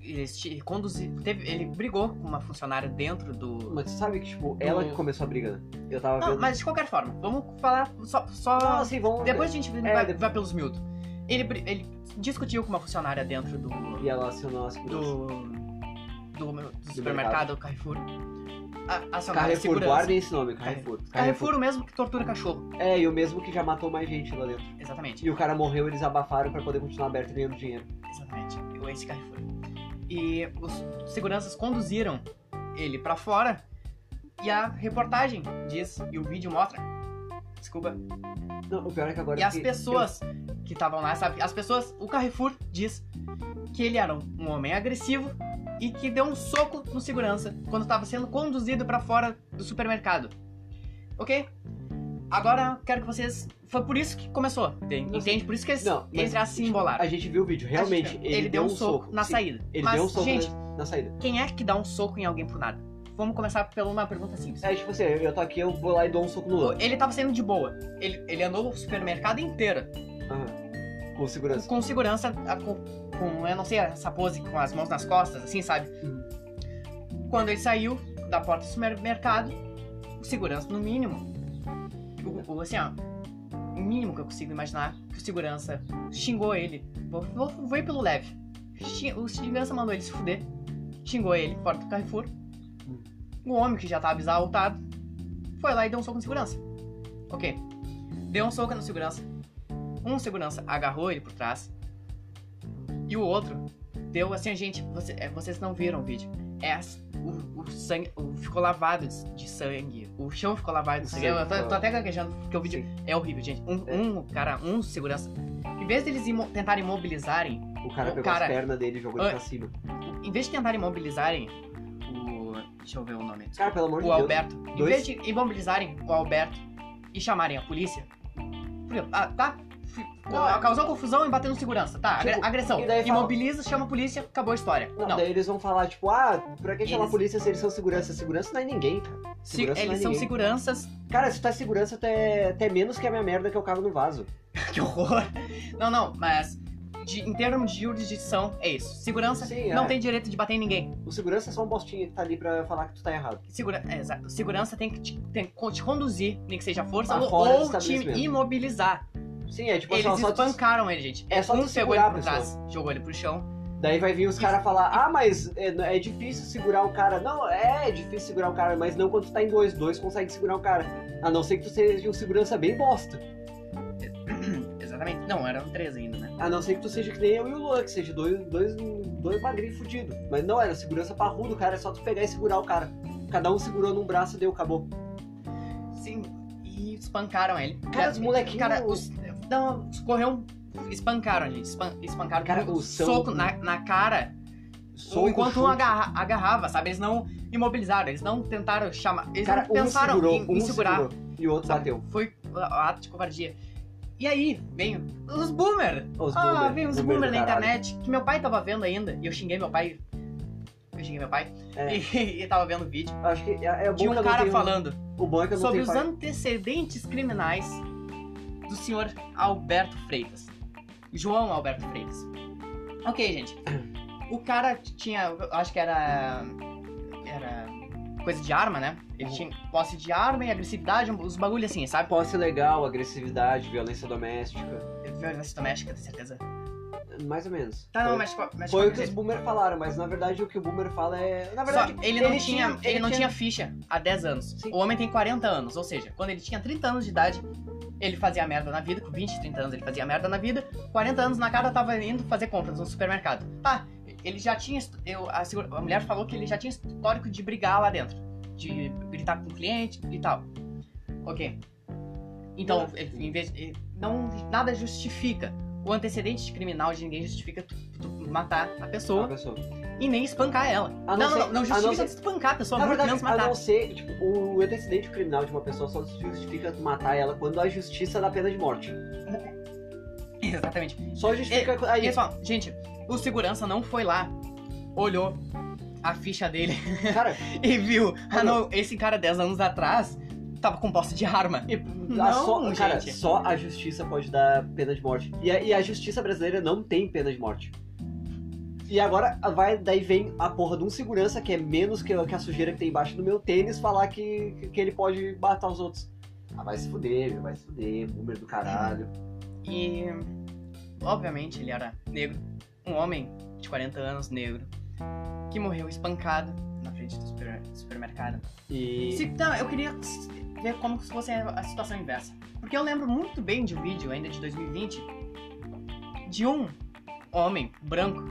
Speaker 1: Eles te- conduzi, teve, ele brigou com uma funcionária dentro do.
Speaker 2: Mas tu sabe que, tipo, ela
Speaker 1: Não.
Speaker 2: que começou a briga, né? Eu tava
Speaker 1: Não,
Speaker 2: vendo.
Speaker 1: mas de qualquer forma, vamos falar só. só-
Speaker 2: Ah, assim, vamos.
Speaker 1: Depois a gente vai,
Speaker 2: depois-
Speaker 1: vai pelos miúdos. Ele, bri- ele discutiu com uma funcionária dentro do.
Speaker 2: E ela acionou a segurança.
Speaker 1: do. do, do supermercado Carrefour. A, acionaram a
Speaker 2: Carrefour,
Speaker 1: segurança.
Speaker 2: guardem esse nome, Carrefour.
Speaker 1: Carrefour, o mesmo que tortura cachorro.
Speaker 2: É, e o mesmo que já matou mais gente lá dentro.
Speaker 1: Exatamente.
Speaker 2: E o cara morreu, eles abafaram pra poder continuar aberto e ganhando dinheiro.
Speaker 1: Exatamente, eu esse Carrefour. E os seguranças conduziram ele pra fora E a reportagem diz, e o vídeo mostra. Desculpa.
Speaker 2: Não, o pior é que agora.
Speaker 1: E
Speaker 2: eu
Speaker 1: as
Speaker 2: fiquei-
Speaker 1: pessoas que estavam lá, sabe? As pessoas, o Carrefour diz que ele era um um homem agressivo e que deu um soco no segurança quando estava sendo conduzido para fora do supermercado. Ok? Agora quero que vocês. Foi por isso que começou. tem-
Speaker 2: Não,
Speaker 1: Entende? Por isso que eles,
Speaker 2: Não, mas,
Speaker 1: eles já se
Speaker 2: tipo,
Speaker 1: embolaram.
Speaker 2: A gente viu o vídeo, realmente.
Speaker 1: Acho que
Speaker 2: ele, deu um soco.
Speaker 1: na
Speaker 2: Sim,
Speaker 1: saída.
Speaker 2: Ele
Speaker 1: Mas,
Speaker 2: deu um soco
Speaker 1: gente,
Speaker 2: na, na saída.
Speaker 1: quem é que dá um soco em alguém por nada? Vamos começar por uma pergunta simples.
Speaker 2: Aí, tipo assim, eu tô aqui, eu vou lá e dou um soco no outro.
Speaker 1: Ele tava saindo de boa. Ele, ele andou o supermercado inteiro.
Speaker 2: Aham. Com segurança.
Speaker 1: Com segurança, a- com, com, eu não sei, essa pose com as mãos nas costas, assim, sabe? Quando ele saiu da porta do supermercado, o segurança, no mínimo, o, o- assim, ó, o mínimo que eu consigo imaginar, que o segurança xingou ele. Vou, vou, vou ir pelo leve. Xi- O segurança mandou ele se fuder. Xingou ele fora do Carrefour.
Speaker 2: Hum.
Speaker 1: O homem que já tava exaltado foi lá e deu um soco no segurança. Ok. Deu um soco no segurança. Um segurança agarrou ele por trás. E o outro deu assim, gente, você- é, vocês não viram o vídeo. É as- o, o sangue o- ficou lavado de, de sangue. O chão ficou lavado de
Speaker 2: O
Speaker 1: sangue.
Speaker 2: sangue
Speaker 1: Eu tô,
Speaker 2: ficou
Speaker 1: tô até gaguejando porque o vídeo
Speaker 2: Sim.
Speaker 1: é horrível, gente. Um,
Speaker 2: É.
Speaker 1: um cara, um segurança. Em vez deles imo tentarem imobilizarem,
Speaker 2: O cara
Speaker 1: O
Speaker 2: pegou
Speaker 1: cara-
Speaker 2: as pernas dele e jogou ele
Speaker 1: Ah.
Speaker 2: pra cima.
Speaker 1: em vez de tentarem imobilizarem o. Deixa eu ver o nome.
Speaker 2: Cara, pelo amor de
Speaker 1: O
Speaker 2: Deus.
Speaker 1: Alberto. Em
Speaker 2: Dois-
Speaker 1: vez de imobilizarem o Alberto e chamarem a polícia. por exemplo, Ah, tá? Fi-
Speaker 2: Não, é-
Speaker 1: causou confusão e bateu no segurança, tá? agre-
Speaker 2: Tipo,
Speaker 1: agressão.
Speaker 2: e daí fala-
Speaker 1: Imobiliza, chama a polícia, acabou a história.
Speaker 2: Não,
Speaker 1: Não,
Speaker 2: daí eles vão falar, tipo, ah, pra que chamar
Speaker 1: Eles-
Speaker 2: a polícia se eles são segurança? Segurança não é ninguém, cara.
Speaker 1: se-
Speaker 2: segurança não é
Speaker 1: eles são
Speaker 2: ninguém.
Speaker 1: seguranças. [laughs]
Speaker 2: Cara, se tu é segurança, tu é, tu é menos que a minha merda que eu cago no vaso.
Speaker 1: que horror! Não, não, mas de- em termos de jurisdição, é isso. Segurança
Speaker 2: Sim,
Speaker 1: não
Speaker 2: é.
Speaker 1: tem direito de bater em ninguém.
Speaker 2: O segurança é só um bostinha que tá ali pra falar que tu tá errado.
Speaker 1: Segura, é, exato. segurança tem que te, tem que co- te conduzir, nem que seja força,
Speaker 2: Pra
Speaker 1: ou,
Speaker 2: Tá fora do
Speaker 1: ou te
Speaker 2: estabelecimento.
Speaker 1: imobilizar.
Speaker 2: Sim, é tipo assim, ó,
Speaker 1: Eles
Speaker 2: só tu-
Speaker 1: espancaram ele, gente.
Speaker 2: É só
Speaker 1: um
Speaker 2: tu
Speaker 1: pegou
Speaker 2: segurar
Speaker 1: ele
Speaker 2: a
Speaker 1: por
Speaker 2: pessoa.
Speaker 1: trás, jogou ele pro chão. [clears throat]
Speaker 2: Daí vai vir os caras falar, ah, mas é, é difícil segurar o cara. Não, é difícil segurar o cara, mas não quando tu tá em dois. Dois consegue segurar o cara. A não ser que tu seja um segurança bem bosta.
Speaker 1: Exatamente. Não, eram três ainda, né?
Speaker 2: A não ser que tu seja que nem eu e o Luan, que seja dois, dois, dois magrinhos fudidos. Mas não, era segurança parrudo, cara. É só tu pegar e segurar o cara. Cada um segurou num braço e deu, acabou.
Speaker 1: Sim. E espancaram ele.
Speaker 2: Cara, os molequinhos-
Speaker 1: Cara, os. Não, correu. um, Espancaram, gente. Espan, espancaram.
Speaker 2: Cara,
Speaker 1: com um
Speaker 2: o são-
Speaker 1: soco na, na cara.
Speaker 2: Soco,
Speaker 1: enquanto um
Speaker 2: chute.
Speaker 1: agarra- agarrava, sabe? Eles não imobilizaram, eles não tentaram chamar. Eles
Speaker 2: Cara,
Speaker 1: não
Speaker 2: um
Speaker 1: pensaram
Speaker 2: segurou,
Speaker 1: em, em
Speaker 2: um
Speaker 1: segurar.
Speaker 2: segurou e o outro bateu.
Speaker 1: Foi um ato de covardia. E aí, vem os boomer.
Speaker 2: Os
Speaker 1: ah,
Speaker 2: boomer,
Speaker 1: vem os
Speaker 2: boomer
Speaker 1: boomer,
Speaker 2: do
Speaker 1: na
Speaker 2: caralho.
Speaker 1: internet. Que meu pai tava vendo ainda. E eu xinguei meu pai. Eu xinguei meu pai.
Speaker 2: É.
Speaker 1: [laughs] E, e tava vendo o vídeo.
Speaker 2: Acho que é, é bom
Speaker 1: De
Speaker 2: que
Speaker 1: um
Speaker 2: eu não
Speaker 1: cara
Speaker 2: tenho-
Speaker 1: falando
Speaker 2: O bom é que eu não
Speaker 1: sobre
Speaker 2: tenho
Speaker 1: os
Speaker 2: pai.
Speaker 1: antecedentes criminais do senhor Alberto Freitas. João Alberto Freitas. Ok, gente. O cara tinha. eu Acho que era. Era. Coisa de arma, né? Ele
Speaker 2: Uhum.
Speaker 1: tinha posse de arma e agressividade, os bagulho assim, sabe?
Speaker 2: Posse legal, agressividade, violência doméstica.
Speaker 1: Violência doméstica, com certeza.
Speaker 2: Mais ou menos.
Speaker 1: Tá, não,
Speaker 2: Foi-
Speaker 1: mas. mas
Speaker 2: Foi o que os boomer falaram, mas na verdade o que o boomer fala é. Na
Speaker 1: Só,
Speaker 2: verdade,
Speaker 1: ele não, tinha, ele não tinha ficha há 10 anos.
Speaker 2: Sim.
Speaker 1: O homem tem 40 anos, ou seja, quando ele tinha 30 anos de idade, ele fazia merda na vida. Com 20, 30 anos ele fazia merda na vida. 40 anos na cara tava indo fazer compras no supermercado. Tá, ele já tinha. hist- Eu, a, segura- a mulher falou que ele já tinha histórico de brigar lá dentro, de gritar com o cliente e tal. Ok. Então, ele- em vez de- não, nada justifica. O antecedente criminal de ninguém justifica tu, tu matar a
Speaker 2: Uma
Speaker 1: pessoa
Speaker 2: pessoa.
Speaker 1: e nem espancar ela. Não,
Speaker 2: A não
Speaker 1: não,
Speaker 2: ser-
Speaker 1: não, não
Speaker 2: a
Speaker 1: justifica
Speaker 2: não
Speaker 1: tu espancar a pessoa,
Speaker 2: Na
Speaker 1: muito menos
Speaker 2: verdade, a
Speaker 1: matar.
Speaker 2: não ser, tipo, o antecedente criminal de uma pessoa só se justifica tu matar ela quando a justiça dá pena de morte.
Speaker 1: [laughs] Exatamente.
Speaker 2: Só justifica
Speaker 1: Aí
Speaker 2: aí.
Speaker 1: eles falam, gente, o segurança não foi lá, olhou a ficha dele [laughs]
Speaker 2: Cara,
Speaker 1: e viu, ah
Speaker 2: Olha.
Speaker 1: não, esse cara 10 anos atrás tava com posse de arma.
Speaker 2: e-
Speaker 1: Não,
Speaker 2: a só, cara,
Speaker 1: gente.
Speaker 2: só a justiça pode dar pena de morte. E a, e a justiça brasileira não tem pena de morte. E agora vai, daí vem a porra de um segurança que é menos que, que a sujeira que tem embaixo do meu tênis falar que, que ele pode matar os outros. Ah, vai se fuder, meu, vai se fuder, boomer do caralho.
Speaker 1: E, obviamente, ele era negro, um homem de 40 anos, negro, que morreu espancado na frente do super- supermercado.
Speaker 2: E.
Speaker 1: Se- tá, eu queria ver como se fosse a situação inversa. Porque eu lembro muito bem de um vídeo ainda de 2020 de um homem branco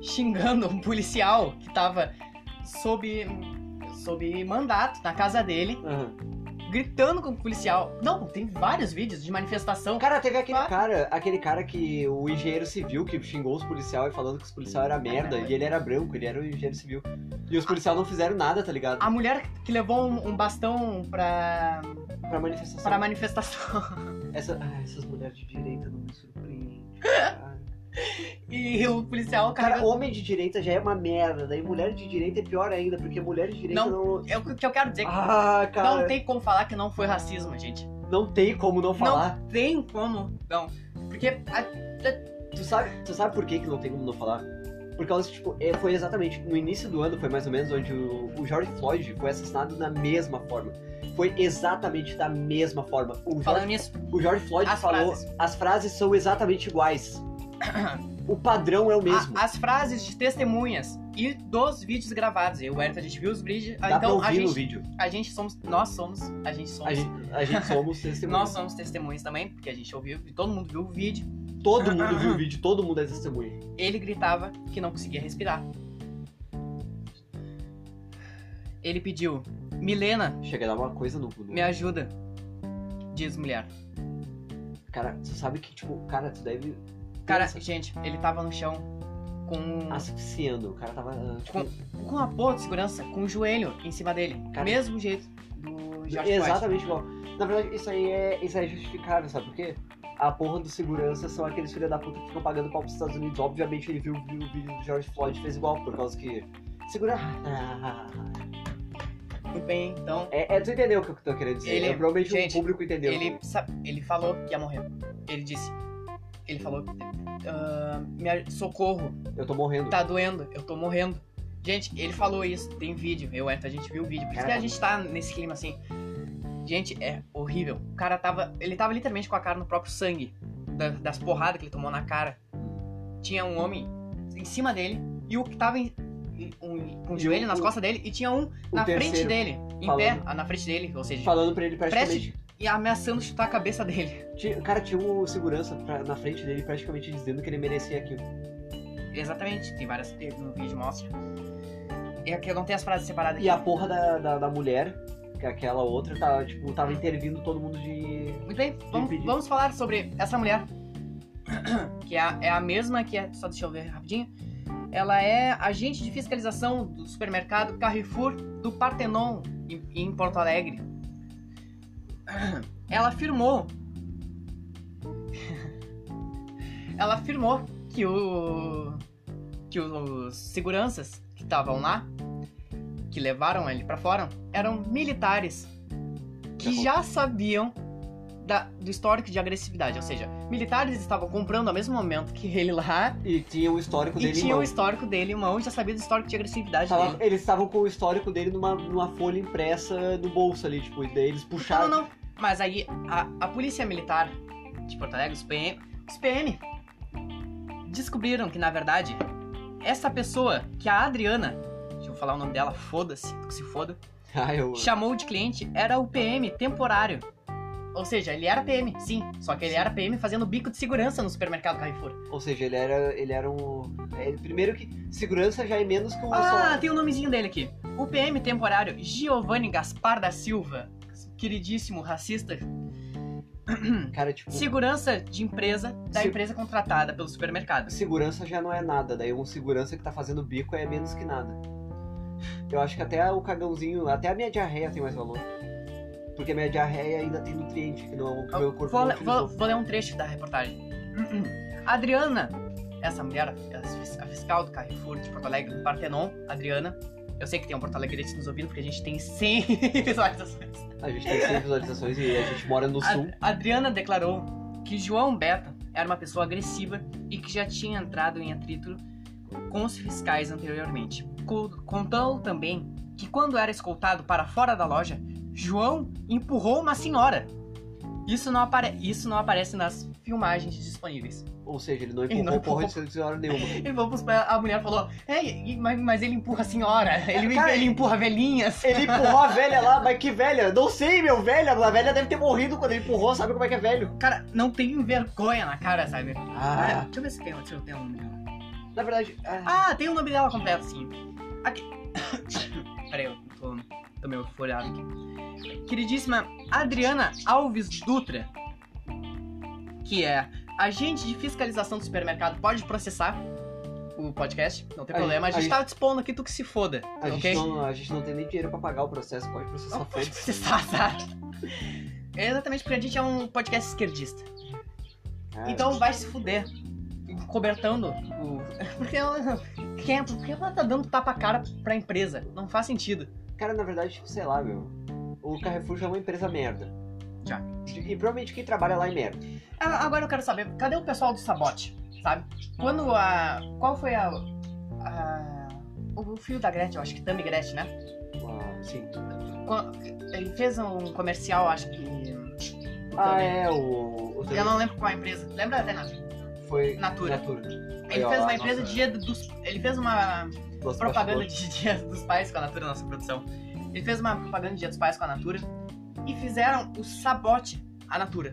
Speaker 1: xingando um policial que tava sob. sob mandato na casa dele,
Speaker 2: Aham.
Speaker 1: gritando com o policial. Não, tem vários vídeos de manifestação.
Speaker 2: Cara, teve aquele
Speaker 1: Ah.
Speaker 2: cara, aquele cara que o engenheiro civil que xingou os policiais falando que os policiais eram merda e ele era branco, ele era o engenheiro civil. E os policiais não fizeram nada, tá ligado?
Speaker 1: A mulher que levou um, um bastão pra,
Speaker 2: Ah. Pra manifestação.
Speaker 1: pra manifestação. [laughs]
Speaker 2: Essa- ah, essas mulheres de direita não me [laughs] surpreendem. cara.
Speaker 1: E o policial, cara.
Speaker 2: Cara, homem de direita já é uma merda, daí mulher de direita é pior ainda, porque mulher de direita não.
Speaker 1: É o que eu quero dizer.
Speaker 2: Ah, cara.
Speaker 1: Não tem como falar que não foi racismo, gente.
Speaker 2: Não tem como não falar.
Speaker 1: Não tem como, não. Porque a-
Speaker 2: Tu, sabe, tu sabe por que, que não tem como não falar? Por causa que, tipo, é, foi exatamente no início do ano, foi mais ou menos, onde o, o George Floyd foi assassinado da mesma forma. Foi exatamente da mesma forma. O
Speaker 1: falando
Speaker 2: George,
Speaker 1: nisso,
Speaker 2: o George Floyd
Speaker 1: as
Speaker 2: falou.
Speaker 1: frases.
Speaker 2: As frases são
Speaker 1: [coughs]
Speaker 2: exatamente iguais. O padrão é o mesmo.
Speaker 1: A- as frases de testemunhas e dos vídeos gravados. Eu e o Eric, a gente viu os vídeos.
Speaker 2: Dá pra
Speaker 1: então
Speaker 2: ouvir
Speaker 1: a
Speaker 2: no
Speaker 1: gente,
Speaker 2: vídeo.
Speaker 1: a gente somos. Nós somos. A gente somos.
Speaker 2: A gente, um- a gente
Speaker 1: [laughs]
Speaker 2: somos testemunhas.
Speaker 1: Nós somos testemunhas também, porque a gente ouviu, e todo mundo viu o vídeo.
Speaker 2: Todo mundo
Speaker 1: [coughs]
Speaker 2: viu o vídeo, todo mundo é testemunha.
Speaker 1: Ele gritava que não conseguia respirar. Ele pediu: Milena,
Speaker 2: Chega a dar uma coisa no. no...
Speaker 1: me ajuda. Diz mulher.
Speaker 2: Cara, tu sabe que, tipo, cara, tu deve.
Speaker 1: Cara,
Speaker 2: Pensa,
Speaker 1: gente, ele tava no chão com. um
Speaker 2: asfixiando. O cara tava. ah, Tipo,
Speaker 1: com a porra de segurança, com o joelho em cima dele.
Speaker 2: Cara.
Speaker 1: Mesmo jeito do George Floyd.
Speaker 2: Exatamente igual. Na verdade, isso aí é, isso aí é justificável, sabe por quê? A porra dos seguranças são aqueles filha da puta que ficam pagando pau pros Estados Unidos. Obviamente ele viu, viu o vídeo do George Floyd e fez igual, por causa que. Segura. Ah,
Speaker 1: Muito bem, então.
Speaker 2: é, é, tu entendeu o que eu tô querendo dizer?
Speaker 1: Ele-
Speaker 2: é, provavelmente
Speaker 1: gente,
Speaker 2: o público entendeu.
Speaker 1: Ele, sa- ele falou que ia morrer. Ele disse. Ele falou. "Ah, me aj- socorro,
Speaker 2: Eu tô morrendo.
Speaker 1: tá doendo, eu tô morrendo. Gente, ele falou isso, tem vídeo, eu e a gente viu o vídeo. Por isso
Speaker 2: Cara,
Speaker 1: que a
Speaker 2: tá-
Speaker 1: gente tá nesse clima assim. Gente, é horrível. O cara tava. Ele tava literalmente com a cara no próprio sangue. da- das porradas que ele tomou na cara. Tinha um homem em cima dele e o que tava em- em- um- com o
Speaker 2: E
Speaker 1: joelho
Speaker 2: o-
Speaker 1: nas
Speaker 2: o-
Speaker 1: costas dele e tinha um
Speaker 2: O
Speaker 1: na
Speaker 2: terceiro
Speaker 1: frente dele. Em
Speaker 2: falando.
Speaker 1: pé, ah, na frente dele, ou seja,
Speaker 2: Falando pra ele praticamente.
Speaker 1: e ameaçando chutar a cabeça dele. [laughs]
Speaker 2: Tinha- cara, tinha um segurança pra- na frente dele praticamente dizendo que ele merecia aquilo.
Speaker 1: Exatamente, tem várias. No vídeo mostra. É que eu não tenho as frases separadas
Speaker 2: E
Speaker 1: aqui.
Speaker 2: a porra da, da, da mulher, que é aquela outra, tá, tipo, tava intervindo todo mundo de.
Speaker 1: Muito bem, vamos,
Speaker 2: pedir.
Speaker 1: vamos falar sobre essa mulher. Que é a, é a mesma que é. Só deixa eu ver rapidinho. Ela é agente de fiscalização do supermercado Carrefour do Partenon, em, em Porto Alegre. Ela afirmou. [laughs] Ela afirmou que o. que os seguranças que estavam lá, que levaram ele pra fora, eram militares que já sabiam da- do histórico de agressividade. Ou seja, militares estavam comprando ao mesmo momento que ele lá
Speaker 2: E tinha o histórico
Speaker 1: e
Speaker 2: dele em
Speaker 1: tinha um o
Speaker 2: mão.
Speaker 1: histórico dele, o mão já sabia do histórico de agressividade
Speaker 2: Tava-
Speaker 1: dele. Então,
Speaker 2: eles estavam com o histórico dele numa, numa folha impressa no bolso ali, tipo, e daí eles
Speaker 1: Não,
Speaker 2: puxaram.
Speaker 1: Então
Speaker 2: [laughs]
Speaker 1: não, não. Mas aí a, a polícia militar de Porto Alegre, os PM, os PM, descobriram que na verdade essa pessoa, que é a Adriana, deixa eu falar o nome dela, foda-se, que se foda,
Speaker 2: Ah, eu...
Speaker 1: chamou de cliente era o PM temporário. Ou seja, ele era PM, sim. Só que ele era PM fazendo bico de segurança no supermercado Carrefour.
Speaker 2: Ou seja, ele era, ele era um. é, primeiro que segurança já é menos que um
Speaker 1: Ah,
Speaker 2: só.
Speaker 1: tem o nomezinho dele aqui. O PM temporário Giovanni Gaspar da Silva, queridíssimo racista,
Speaker 2: Cara, tipo,
Speaker 1: segurança de empresa da
Speaker 2: Se-
Speaker 1: empresa contratada pelo supermercado.
Speaker 2: segurança já não é nada. Daí um segurança que tá fazendo bico é menos que nada. Eu acho que até o cagãozinho, até a minha diarreia tem mais valor. Porque a minha diarreia ainda tem nutriente, que não que o meu corpo
Speaker 1: Vou,
Speaker 2: não
Speaker 1: le- vou,
Speaker 2: utilizou.
Speaker 1: vou ler um trecho da reportagem. Hum, Adriana, essa mulher, a fis- a fiscal do Carrefour de Porto Alegre, do Partenon, Adriana. Eu sei que tem um Porto Alegre nos ouvindo, porque a gente tem [laughs] 100 visualizações.
Speaker 2: A gente tem 100 visualizações e a gente mora no sul.
Speaker 1: A- Adriana declarou que João Beta era uma pessoa agressiva e que já tinha entrado em atrito com os fiscais anteriormente. Co- Contou também que quando era escoltado para fora da loja, João empurrou uma senhora. Isso não, apare- isso não aparece nas filmagens disponíveis.
Speaker 2: Ou seja, ele não
Speaker 1: Ele não é
Speaker 2: empurrou porra
Speaker 1: empurrou.
Speaker 2: de senhora
Speaker 1: [laughs]
Speaker 2: nenhuma.
Speaker 1: E vamos pra- a mulher falou: "É, e- mas, mas ele empurra a [laughs] senhora, ele,
Speaker 2: Cara,
Speaker 1: ele empurra velhinhas.
Speaker 2: Ele empurrou a velha lá, mas que velha? Não sei, meu velha. A velha deve ter morrido quando ele empurrou, sabe como é que é velho?
Speaker 1: Cara, não tem vergonha na cara, sabe? Ah,
Speaker 2: Ah,
Speaker 1: deixa eu ver se tem, se eu tenho um, então. o nome dela.
Speaker 2: na verdade. Ah,
Speaker 1: Ah, tem o nome dela completo, sim. Aqui. [coughs] Peraí, eu tô. Tô meio folhado aqui. Queridíssima Adriana Alves Dutra, que é agente de fiscalização do supermercado, pode processar o podcast, não tem
Speaker 2: A
Speaker 1: problema. A
Speaker 2: gente-
Speaker 1: gente
Speaker 2: a
Speaker 1: tá dispondo aqui, tu que se foda,
Speaker 2: A,
Speaker 1: ok?
Speaker 2: gente
Speaker 1: [laughs]
Speaker 2: não, a gente não tem nem dinheiro pra pagar o processo, pode processar
Speaker 1: Não pode
Speaker 2: foda-se.
Speaker 1: processar, sabe? É exatamente porque a gente é um podcast esquerdista.
Speaker 2: Ah,
Speaker 1: Então vai se fuder. Cobertando o. [laughs] Porque ela- quem, por que ela tá dando tapa-cara pra empresa? Não faz sentido.
Speaker 2: Cara, na verdade, tipo, sei lá, meu. O Carrefour já é uma empresa merda.
Speaker 1: Já.
Speaker 2: E provavelmente quem trabalha lá é merda.
Speaker 1: Ah, Agora eu quero saber, cadê o pessoal do sabote? Sabe? Quando a. Qual foi a. a- o fio da Gretchen, eu acho que Tammy Gretchen, né?
Speaker 2: Ah, sim.
Speaker 1: Quando- ele fez um comercial, acho que.
Speaker 2: Ah, é, o. o
Speaker 1: Eu não lembro qual Então, a empresa. Lembra até na
Speaker 2: Foi.
Speaker 1: Natura?
Speaker 2: Natura. Aí,
Speaker 1: Ele
Speaker 2: ó,
Speaker 1: fez uma
Speaker 2: a
Speaker 1: empresa
Speaker 2: nossa-
Speaker 1: de dia dos. Ele fez uma
Speaker 2: Nosso
Speaker 1: propaganda
Speaker 2: bastidor.
Speaker 1: de [laughs] Dia dos Pais com a Natura, nossa produção. Ele fez uma propaganda de Dia dos Pais com a Natura e fizeram o sabote à Natura.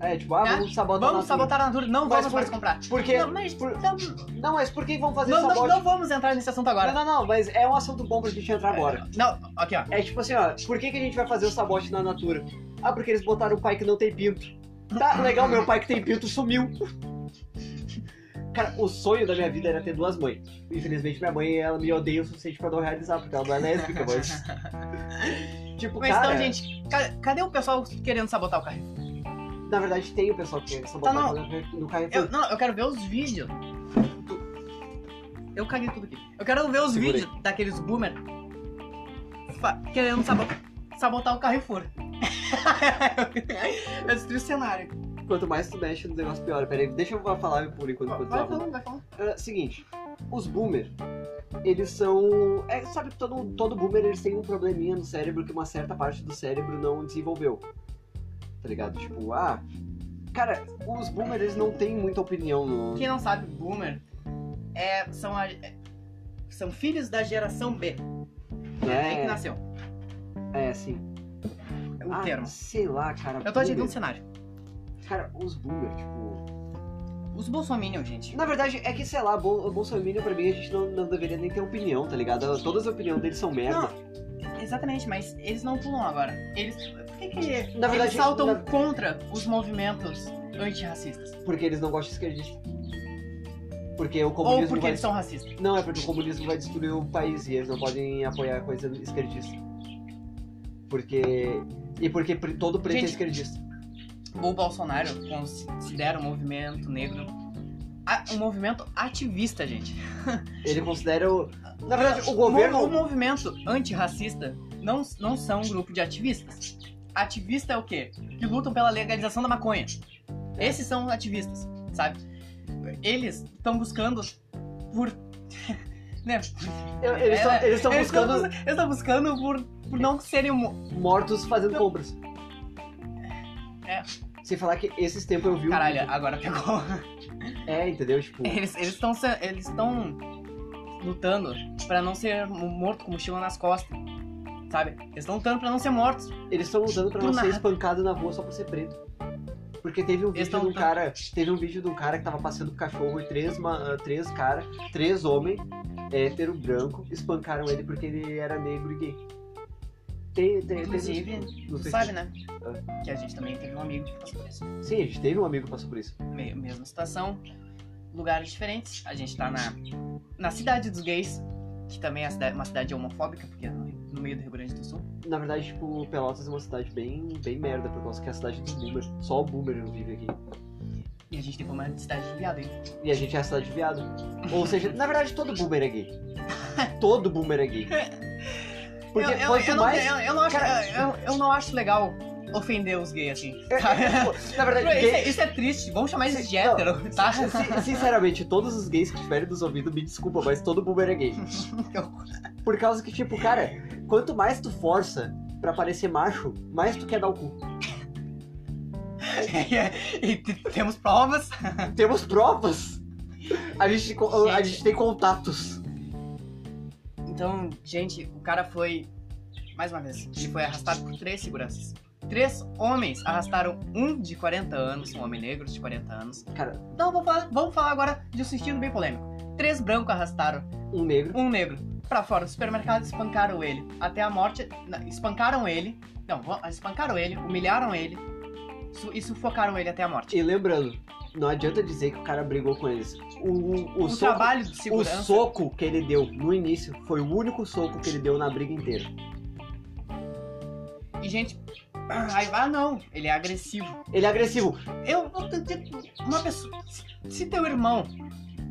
Speaker 2: É, tipo, ah,
Speaker 1: Né?
Speaker 2: vamos sabotar
Speaker 1: vamos
Speaker 2: a Natura.
Speaker 1: sabotar a Natura, não
Speaker 2: Mas
Speaker 1: vamos
Speaker 2: por-
Speaker 1: mais comprar.
Speaker 2: Porque.
Speaker 1: Não, mas
Speaker 2: por-
Speaker 1: não,
Speaker 2: Não, mas por que vamos fazer
Speaker 1: não, não,
Speaker 2: sabote?
Speaker 1: não vamos entrar nesse assunto agora.
Speaker 2: não, não, não, mas é um assunto bom pra gente entrar agora.
Speaker 1: Não, aqui ó.
Speaker 2: É tipo assim, ó, por que, que a gente vai fazer o sabote na Natura? Ah, porque eles botaram o pai que não tem pinto. Tá, legal, meu pai que tem pinto sumiu. Cara, o sonho da minha vida era ter duas mães. Infelizmente, minha mãe, ela me odeia o suficiente pra não realizar, porque ela não é
Speaker 1: [laughs]
Speaker 2: lésbica, mas... tipo,
Speaker 1: Mas
Speaker 2: cara,
Speaker 1: então, gente, ca- cadê o pessoal querendo sabotar o carro?
Speaker 2: na verdade tem o pessoal que quer sabotar
Speaker 1: Tá, não.
Speaker 2: no, no Carrefour.
Speaker 1: Eu, não, eu quero ver os vídeos. Eu caguei tudo aqui. Eu quero ver os
Speaker 2: Segura aí.
Speaker 1: vídeos daqueles boomer fa- querendo sabo- sabotar o Carrefour. [laughs] eu destruí o cenário.
Speaker 2: Quanto mais tu mexe no negócio, pior. Pera aí, deixa eu falar por enquanto. enquanto
Speaker 1: Vai
Speaker 2: tu
Speaker 1: falando, vai falando.
Speaker 2: É, seguinte, os boomer, eles são. É, sabe que todo, todo boomer eles têm um probleminha no cérebro que uma certa parte do cérebro não desenvolveu. Tá ligado? Tipo, ah. Cara, os boomer eles não têm muita opinião no.
Speaker 1: Quem não sabe, boomer é, são, a- é- são filhos da geração B. É aí que
Speaker 2: É,
Speaker 1: nasceu.
Speaker 2: é, sim.
Speaker 1: É o
Speaker 2: ah,
Speaker 1: termo.
Speaker 2: Sei lá, cara.
Speaker 1: Eu tô um ajeitando o
Speaker 2: boomer,
Speaker 1: cenário.
Speaker 2: Cara, os boomer, tipo.
Speaker 1: Os Bolsominion, gente.
Speaker 2: Na verdade, é que, sei lá, bol, o Bolsonaro pra mim a gente não, não deveria nem ter opinião, tá ligado? Todas as opiniões deles são merda.
Speaker 1: Não, exatamente, mas eles não pulam agora. Eles. Por que, que
Speaker 2: Na
Speaker 1: eles
Speaker 2: verdade,
Speaker 1: saltam
Speaker 2: na-
Speaker 1: contra os movimentos antirracistas?
Speaker 2: Porque eles não gostam de esquerdista. Porque o
Speaker 1: Ou
Speaker 2: comunismo
Speaker 1: porque
Speaker 2: vai
Speaker 1: eles são racistas?
Speaker 2: Não, é porque o comunismo vai destruir o país e eles não podem apoiar coisa esquerdista. Porque. E porque pre- todo preto é
Speaker 1: Gente.
Speaker 2: esquerdista.
Speaker 1: O Bolsonaro considera o movimento negro a- um movimento ativista, gente.
Speaker 2: Ele considera o. Na verdade, o governo.
Speaker 1: O movimento antirracista não, não são um grupo de ativistas. Ativista é o quê? Que lutam pela legalização da maconha.
Speaker 2: É.
Speaker 1: Esses são ativistas, sabe? Eles estão buscando por. [laughs] né?
Speaker 2: Eu- Eles estão
Speaker 1: É,
Speaker 2: eles estão
Speaker 1: Eles estão
Speaker 2: buscando
Speaker 1: bus- eles estão buscando por, por não serem. um-
Speaker 2: mortos fazendo compras.
Speaker 1: É.
Speaker 2: Sem falar que esses tempos eu vi. um-
Speaker 1: Caralho, agora pegou.
Speaker 2: É, entendeu?
Speaker 1: [laughs]
Speaker 2: Tipo.
Speaker 1: Eles estão eles estão lutando pra não ser morto com mochila nas costas, sabe? Eles estão lutando pra não ser mortos.
Speaker 2: Eles estão usando pra
Speaker 1: Do
Speaker 2: não ser
Speaker 1: nada.
Speaker 2: espancado na rua só por ser preto. Porque teve um
Speaker 1: Eles
Speaker 2: vídeo de um
Speaker 1: tão-
Speaker 2: cara. Teve um vídeo de um cara que tava passeando com cachorro e três, ma- ah, três caras, três homens, hétero, branco, espancaram ele porque ele era negro e gay. Tem, tem, teve-
Speaker 1: Inclusive,
Speaker 2: no
Speaker 1: Tu
Speaker 2: Facebook-
Speaker 1: sabe, né?
Speaker 2: É.
Speaker 1: Que a gente também teve um amigo que passou por isso.
Speaker 2: Sim, a gente teve um amigo que passou por isso.
Speaker 1: Me- Mesma situação, lugares diferentes. A gente tá na, na cidade dos gays, que também é a cida- uma cidade homofóbica, porque é no, no meio do Rio Grande do Sul.
Speaker 2: Na verdade, tipo, Pelotas é uma cidade bem, bem merda, por causa que é a cidade do boomer. Só o boomer não vive aqui.
Speaker 1: E a gente tem uma cidade de viado, hein?
Speaker 2: E a gente é a cidade de viado. Ou seja, na verdade, todo boomer é gay. Todo boomer é
Speaker 1: [laughs]
Speaker 2: gay. Porque
Speaker 1: eu, eu-
Speaker 2: quanto
Speaker 1: eu não,
Speaker 2: mais.
Speaker 1: eu- eu não acho,
Speaker 2: Cara-
Speaker 1: eu, eu não acho legal ofender os gays assim.
Speaker 2: É,
Speaker 1: sabe?
Speaker 2: é, tipo, [laughs] na verdade,
Speaker 1: Isso,
Speaker 2: gay-
Speaker 1: é, isso é triste, vamos chamar isso de
Speaker 2: Não,
Speaker 1: hétero, tá? [laughs]
Speaker 2: Sin- Sinceramente, todos os gays que tiverem nos ouvido, me desculpa, mas todo boomer é gay. Por causa que, tipo, cara, quanto mais tu força pra parecer macho, mais tu quer dar o cu.
Speaker 1: [laughs] e t- temos provas.
Speaker 2: Temos provas! A gente, co- a
Speaker 1: Gente.
Speaker 2: gente tem contatos.
Speaker 1: Então, gente, o cara foi. Mais uma vez, ele foi arrastado por três seguranças. Três homens arrastaram um de 40 anos, um homem negro de 40 anos.
Speaker 2: Cara,
Speaker 1: Não, vou falar- vamos falar agora de um sentido bem polêmico. Três brancos arrastaram
Speaker 2: um negro.
Speaker 1: um negro pra fora do supermercado e espancaram ele. Até a morte. na- Espancaram ele. Não, vo- espancaram ele, humilharam ele su- e sufocaram ele até a morte.
Speaker 2: E lembrando, não adianta dizer que o cara brigou com eles. O, o, o
Speaker 1: O
Speaker 2: soco,
Speaker 1: Um trabalho de
Speaker 2: o
Speaker 1: segurança.
Speaker 2: soco que ele deu no início foi o único soco que ele deu na briga inteira.
Speaker 1: E gente. Ai, ah, não, ele é agressivo.
Speaker 2: Ele é agressivo.
Speaker 1: Eu não tenho tempo. Uma pessoa. se- Se teu irmão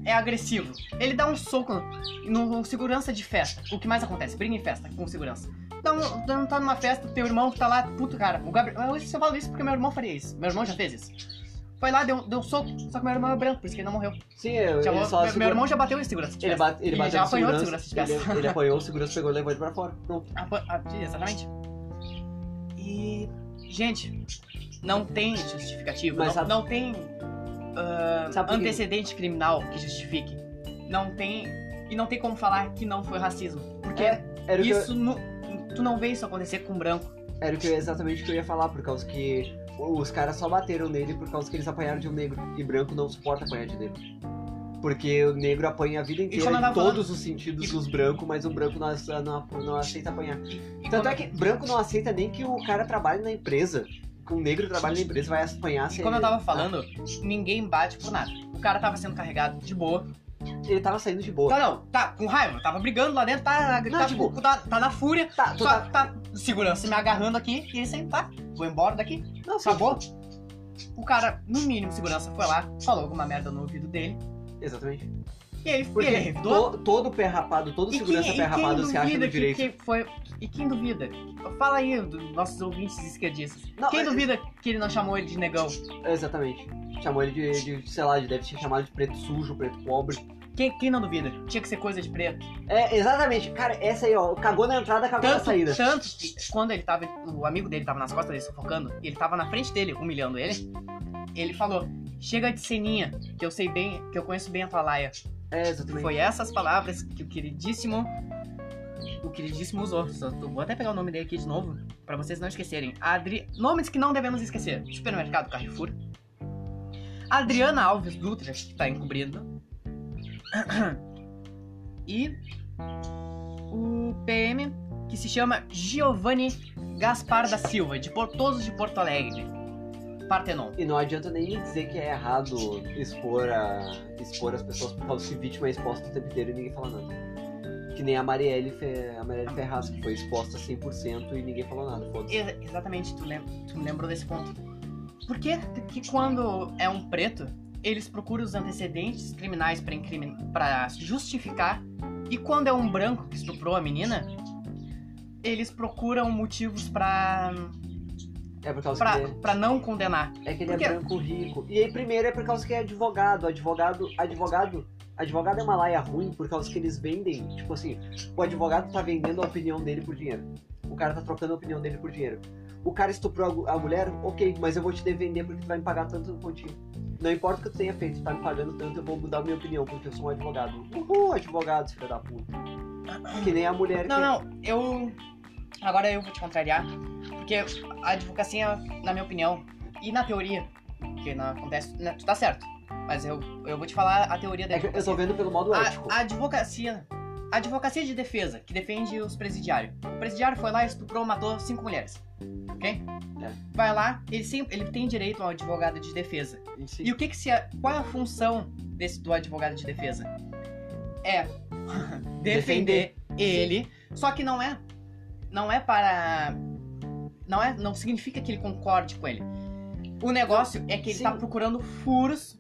Speaker 1: é agressivo, ele dá um soco no, no segurança de festa. O que mais acontece? Briga em festa com segurança. Então, não tá numa festa, teu irmão tá lá, puto cara. O Gabriel. Eu, eu falo isso porque meu irmão faria isso. Meu irmão já fez isso. Foi lá, deu, deu um soco, só que meu irmão é branco, por isso que ele não morreu.
Speaker 2: Sim, é,
Speaker 1: Já
Speaker 2: ele
Speaker 1: mo-
Speaker 2: só
Speaker 1: meu, meu
Speaker 2: segura-
Speaker 1: irmão já bateu em segurança de
Speaker 2: Ele,
Speaker 1: festa.
Speaker 2: bate, ele
Speaker 1: Ele
Speaker 2: bateu
Speaker 1: já
Speaker 2: no
Speaker 1: apanhou de
Speaker 2: segurança,
Speaker 1: segurança de
Speaker 2: ele, ele
Speaker 1: [laughs]
Speaker 2: apanhou, o segurança pegou e levou ele pra fora. Pronto.
Speaker 1: Apa- a- ah, Exatamente. E. Gente, não tem justificativa.
Speaker 2: Mas
Speaker 1: não,
Speaker 2: sabe-
Speaker 1: não tem ah,
Speaker 2: Sabe por quê?
Speaker 1: antecedente criminal que justifique. Não tem. E não tem como falar que não foi racismo. Porque
Speaker 2: É, Era o, que eu,
Speaker 1: isso. nu- tu não vê isso acontecer com branco.
Speaker 2: era o que eu- exatamente o que eu ia falar, por causa que os caras só bateram nele por causa que eles apanharam de um negro. E branco não suporta apanhar de negro. Porque o negro apanha a vida inteira
Speaker 1: como eu
Speaker 2: em
Speaker 1: tava
Speaker 2: todos os sentidos
Speaker 1: E-
Speaker 2: dos brancos, mas o branco não, ace- não, não aceita apanhar.
Speaker 1: E
Speaker 2: Tanto
Speaker 1: quando-
Speaker 2: é que branco não aceita nem que o cara trabalhe na empresa. Que um negro trabalhe na empresa vai apanhar
Speaker 1: E
Speaker 2: sem
Speaker 1: como eu tava falando, ninguém bate por nada. O cara tava sendo carregado de boa.
Speaker 2: Ele tava saindo de boa.
Speaker 1: Tá, não, tá com raiva, tava brigando lá dentro, tá,
Speaker 2: Não,
Speaker 1: tá,
Speaker 2: tipo-
Speaker 1: tá, tá na fúria,
Speaker 2: Tá, tu
Speaker 1: só
Speaker 2: tá.
Speaker 1: tá segurança me agarrando aqui e ele sempre tá, vou embora daqui.
Speaker 2: Não, sim,
Speaker 1: Acabou? O cara, no mínimo, segurança foi lá, falou alguma merda no ouvido dele,
Speaker 2: Exatamente.
Speaker 1: e ele,
Speaker 2: Porque
Speaker 1: ele revidou.
Speaker 2: to- todo perrapado, todo
Speaker 1: E
Speaker 2: segurança
Speaker 1: quem- e
Speaker 2: perrapado
Speaker 1: quem
Speaker 2: se acha
Speaker 1: duvida
Speaker 2: no
Speaker 1: que-
Speaker 2: direito.
Speaker 1: que foi- e quem duvida? Fala aí, dos nossos ouvintes esquerdistas.
Speaker 2: Não,
Speaker 1: quem
Speaker 2: é-
Speaker 1: duvida que ele não chamou ele de negão?
Speaker 2: Exatamente. Chamou ele de, de, sei lá, deve ser chamado de preto sujo, preto pobre.
Speaker 1: Quem, quem não duvida? Tinha que ser coisa de preto.
Speaker 2: É, exatamente. Cara, essa aí, ó, cagou na entrada, cagou na
Speaker 1: Tanto,
Speaker 2: saída.
Speaker 1: tanto que quando ele tava. O amigo dele tava nas costas dele sufocando, e ele tava na frente dele, humilhando ele. Ele falou: Chega de ceninha, que eu sei bem, que eu conheço bem a tua laia.
Speaker 2: É, exatamente.
Speaker 1: Foi essas palavras que o queridíssimo. O queridíssimo usou. Só- Vou até pegar o nome dele aqui de novo, pra vocês não esquecerem. Adri... Nomes que não devemos esquecer: Supermercado Carrefour. Adriana Alves Dutra, que tá encobrindo. E. O PM, que se chama Giovanni Gaspar da Silva, de Portoso de Porto Alegre. Partenon.
Speaker 2: E não adianta nem dizer que é errado expor, a, expor as pessoas por causa que vítima é exposta o tempo inteiro e ninguém fala nada. Que nem a Marielle, Fe, a Marielle Ferraz, que foi exposta 100% e ninguém falou nada. Foda-se.
Speaker 1: Ex- exatamente, tu, lem tu me lembrou desse ponto. Por que, que quando é um preto, eles procuram os antecedentes criminais pra incrimin- pra justificar, e quando é um branco que estuprou a menina, eles procuram motivos pra,
Speaker 2: É por causa
Speaker 1: pra,
Speaker 2: que,
Speaker 1: pra não condenar.
Speaker 2: é que ele
Speaker 1: por
Speaker 2: é
Speaker 1: quê?
Speaker 2: branco rico. E aí, primeiro, é por causa que é advogado. Advogado, advogado, advogado é uma laia ruim por causa que eles vendem. Tipo assim, o advogado tá vendendo a opinião dele por dinheiro. O cara tá trocando a opinião dele por dinheiro. O cara estuprou a gu- a, mulher, ok, mas eu vou te defender porque tu vai me pagar tanto pontinho. Não importa o que tu tenha feito, tu tá me pagando tanto, eu vou mudar a minha opinião, porque eu sou um advogado. Uhul, advogado, filho da puta. Que nem a mulher
Speaker 1: Não,
Speaker 2: que.
Speaker 1: não, eu. Agora eu vou te contrariar, porque a advocacia, na minha opinião, e na teoria, que não acontece. né, tu tá certo, mas eu, eu vou te falar a teoria da
Speaker 2: É que eu tô
Speaker 1: advocacia.
Speaker 2: vendo pelo modo ético.
Speaker 1: A, a advocacia. A advocacia de defesa, que defende os presidiários. O presidiário foi lá, estuprou, matou cinco mulheres. Ok?
Speaker 2: É.
Speaker 1: Vai lá, ele, sempre, ele tem direito a um advogado de defesa.
Speaker 2: Sim.
Speaker 1: E o que que se é, qual é a função desse do advogado de defesa? É [laughs] defender ele, só que não é não é para não é não significa que ele concorde com ele. O negócio é que ele
Speaker 2: Sim.
Speaker 1: tá procurando furos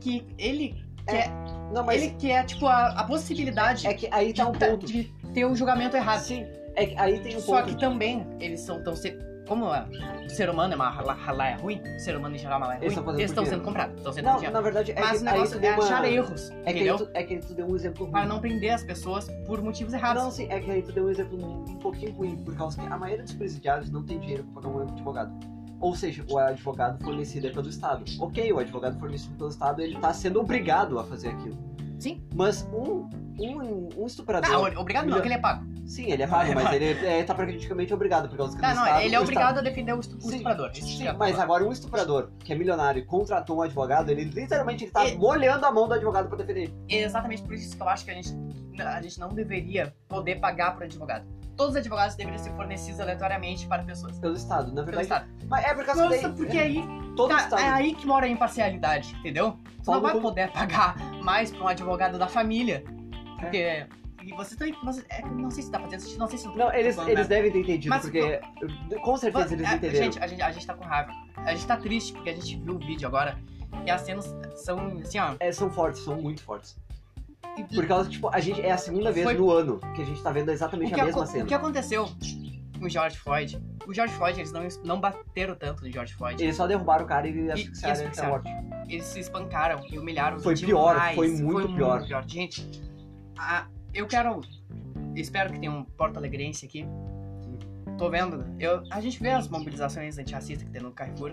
Speaker 1: que ele quer,
Speaker 2: Não, mas
Speaker 1: ele quer tipo a, a possibilidade
Speaker 2: é que aí
Speaker 1: de,
Speaker 2: tá um
Speaker 1: ta-
Speaker 2: ponto.
Speaker 1: de ter um julgamento errado.
Speaker 2: Sim, é que aí tem um
Speaker 1: Só
Speaker 2: ponto.
Speaker 1: que também eles são tão se- como a- o ser humano é uma rala- ralaia ruim, o ser humano em geral é uma ralaia ruim,
Speaker 2: Eles tão fazendo
Speaker 1: eles estão
Speaker 2: por quê?
Speaker 1: sendo comprados, estão sendo
Speaker 2: Não,
Speaker 1: vigiados.
Speaker 2: na verdade, é
Speaker 1: Mas o
Speaker 2: que aí tu
Speaker 1: negócio é
Speaker 2: deu uma...
Speaker 1: achar erros,
Speaker 2: É que, aí
Speaker 1: entendeu?
Speaker 2: tu, é que aí tu deu um exemplo ruim.
Speaker 1: Para não prender as pessoas por motivos errados.
Speaker 2: Não, sim, é que aí tu deu um exemplo um pouquinho ruim, por causa que a maioria dos presidiários não tem dinheiro pra pagar um advogado. Ou seja, o advogado fornecido é pelo Estado. Ok, o advogado fornecido pelo Estado, ele tá sendo obrigado a fazer aquilo.
Speaker 1: Sim.
Speaker 2: Mas um, um, um
Speaker 1: Tá,
Speaker 2: estuprador...
Speaker 1: o- Ah, obrigado não, que ele é pago.
Speaker 2: Sim, ele é pago,
Speaker 1: É,
Speaker 2: mas
Speaker 1: mas-
Speaker 2: ele é, tá praticamente obrigado por causa que
Speaker 1: Não,
Speaker 2: no
Speaker 1: não,
Speaker 2: Estado-
Speaker 1: ele é
Speaker 2: o Estado-
Speaker 1: obrigado a defender o estu- o
Speaker 2: Sim,
Speaker 1: estuprador. Esse
Speaker 2: Sim,
Speaker 1: filho da
Speaker 2: mas
Speaker 1: puta.
Speaker 2: agora um estuprador que é milionário e contratou um advogado, ele literalmente ele tá
Speaker 1: E-
Speaker 2: molhando a mão do advogado pra defender ele.
Speaker 1: É exatamente por isso que eu acho que a gente, a gente não deveria poder pagar por advogado. Todos os advogados deveriam ser fornecidos aleatoriamente para pessoas.
Speaker 2: pelo Estado, na
Speaker 1: Pelo
Speaker 2: verdade.
Speaker 1: Estado.
Speaker 2: Mas é por causa
Speaker 1: Nossa,
Speaker 2: daí,
Speaker 1: porque
Speaker 2: é,
Speaker 1: aí,
Speaker 2: todo
Speaker 1: tá,
Speaker 2: Estado.
Speaker 1: é aí que mora a imparcialidade, entendeu? Você não
Speaker 2: Paulo
Speaker 1: vai
Speaker 2: Coelho.
Speaker 1: poder pagar mais pra um advogado da família. Porque. E você também. você- é, não sei se dá pra ter assistido, não sei se
Speaker 2: É. Não, eles,
Speaker 1: Bom,
Speaker 2: eles
Speaker 1: né?
Speaker 2: devem ter entendido,
Speaker 1: Mas-
Speaker 2: porque com certeza eles
Speaker 1: Ah,
Speaker 2: entenderam.
Speaker 1: Gente, a gente, a gente tá com raiva. A gente tá triste porque a gente viu o vídeo agora e as cenas são assim, ó.
Speaker 2: É, são fortes, são muito fortes.
Speaker 1: e- e-
Speaker 2: Por causa que, tipo, a gente é a segunda vez
Speaker 1: Foi-
Speaker 2: no ano que a gente tá vendo
Speaker 1: o,
Speaker 2: exatamente
Speaker 1: que
Speaker 2: a
Speaker 1: aco-
Speaker 2: mesma
Speaker 1: o
Speaker 2: cena.
Speaker 1: que aconteceu com o George Floyd? O George Floyd, eles não, não bateram tanto no George Floyd.
Speaker 2: Eles só derrubaram o cara e asfixiaram ele tá até a
Speaker 1: asfixiaram.
Speaker 2: morte.
Speaker 1: Eles se espancaram e humilharam
Speaker 2: Foi
Speaker 1: demais.
Speaker 2: pior, foi muito pior.
Speaker 1: Gente, a- eu quero. Espero que tenha um porto-alegrense aqui. Tô vendo. né? Eu, a gente vê as mobilizações antirracistas que tem no Carrefour.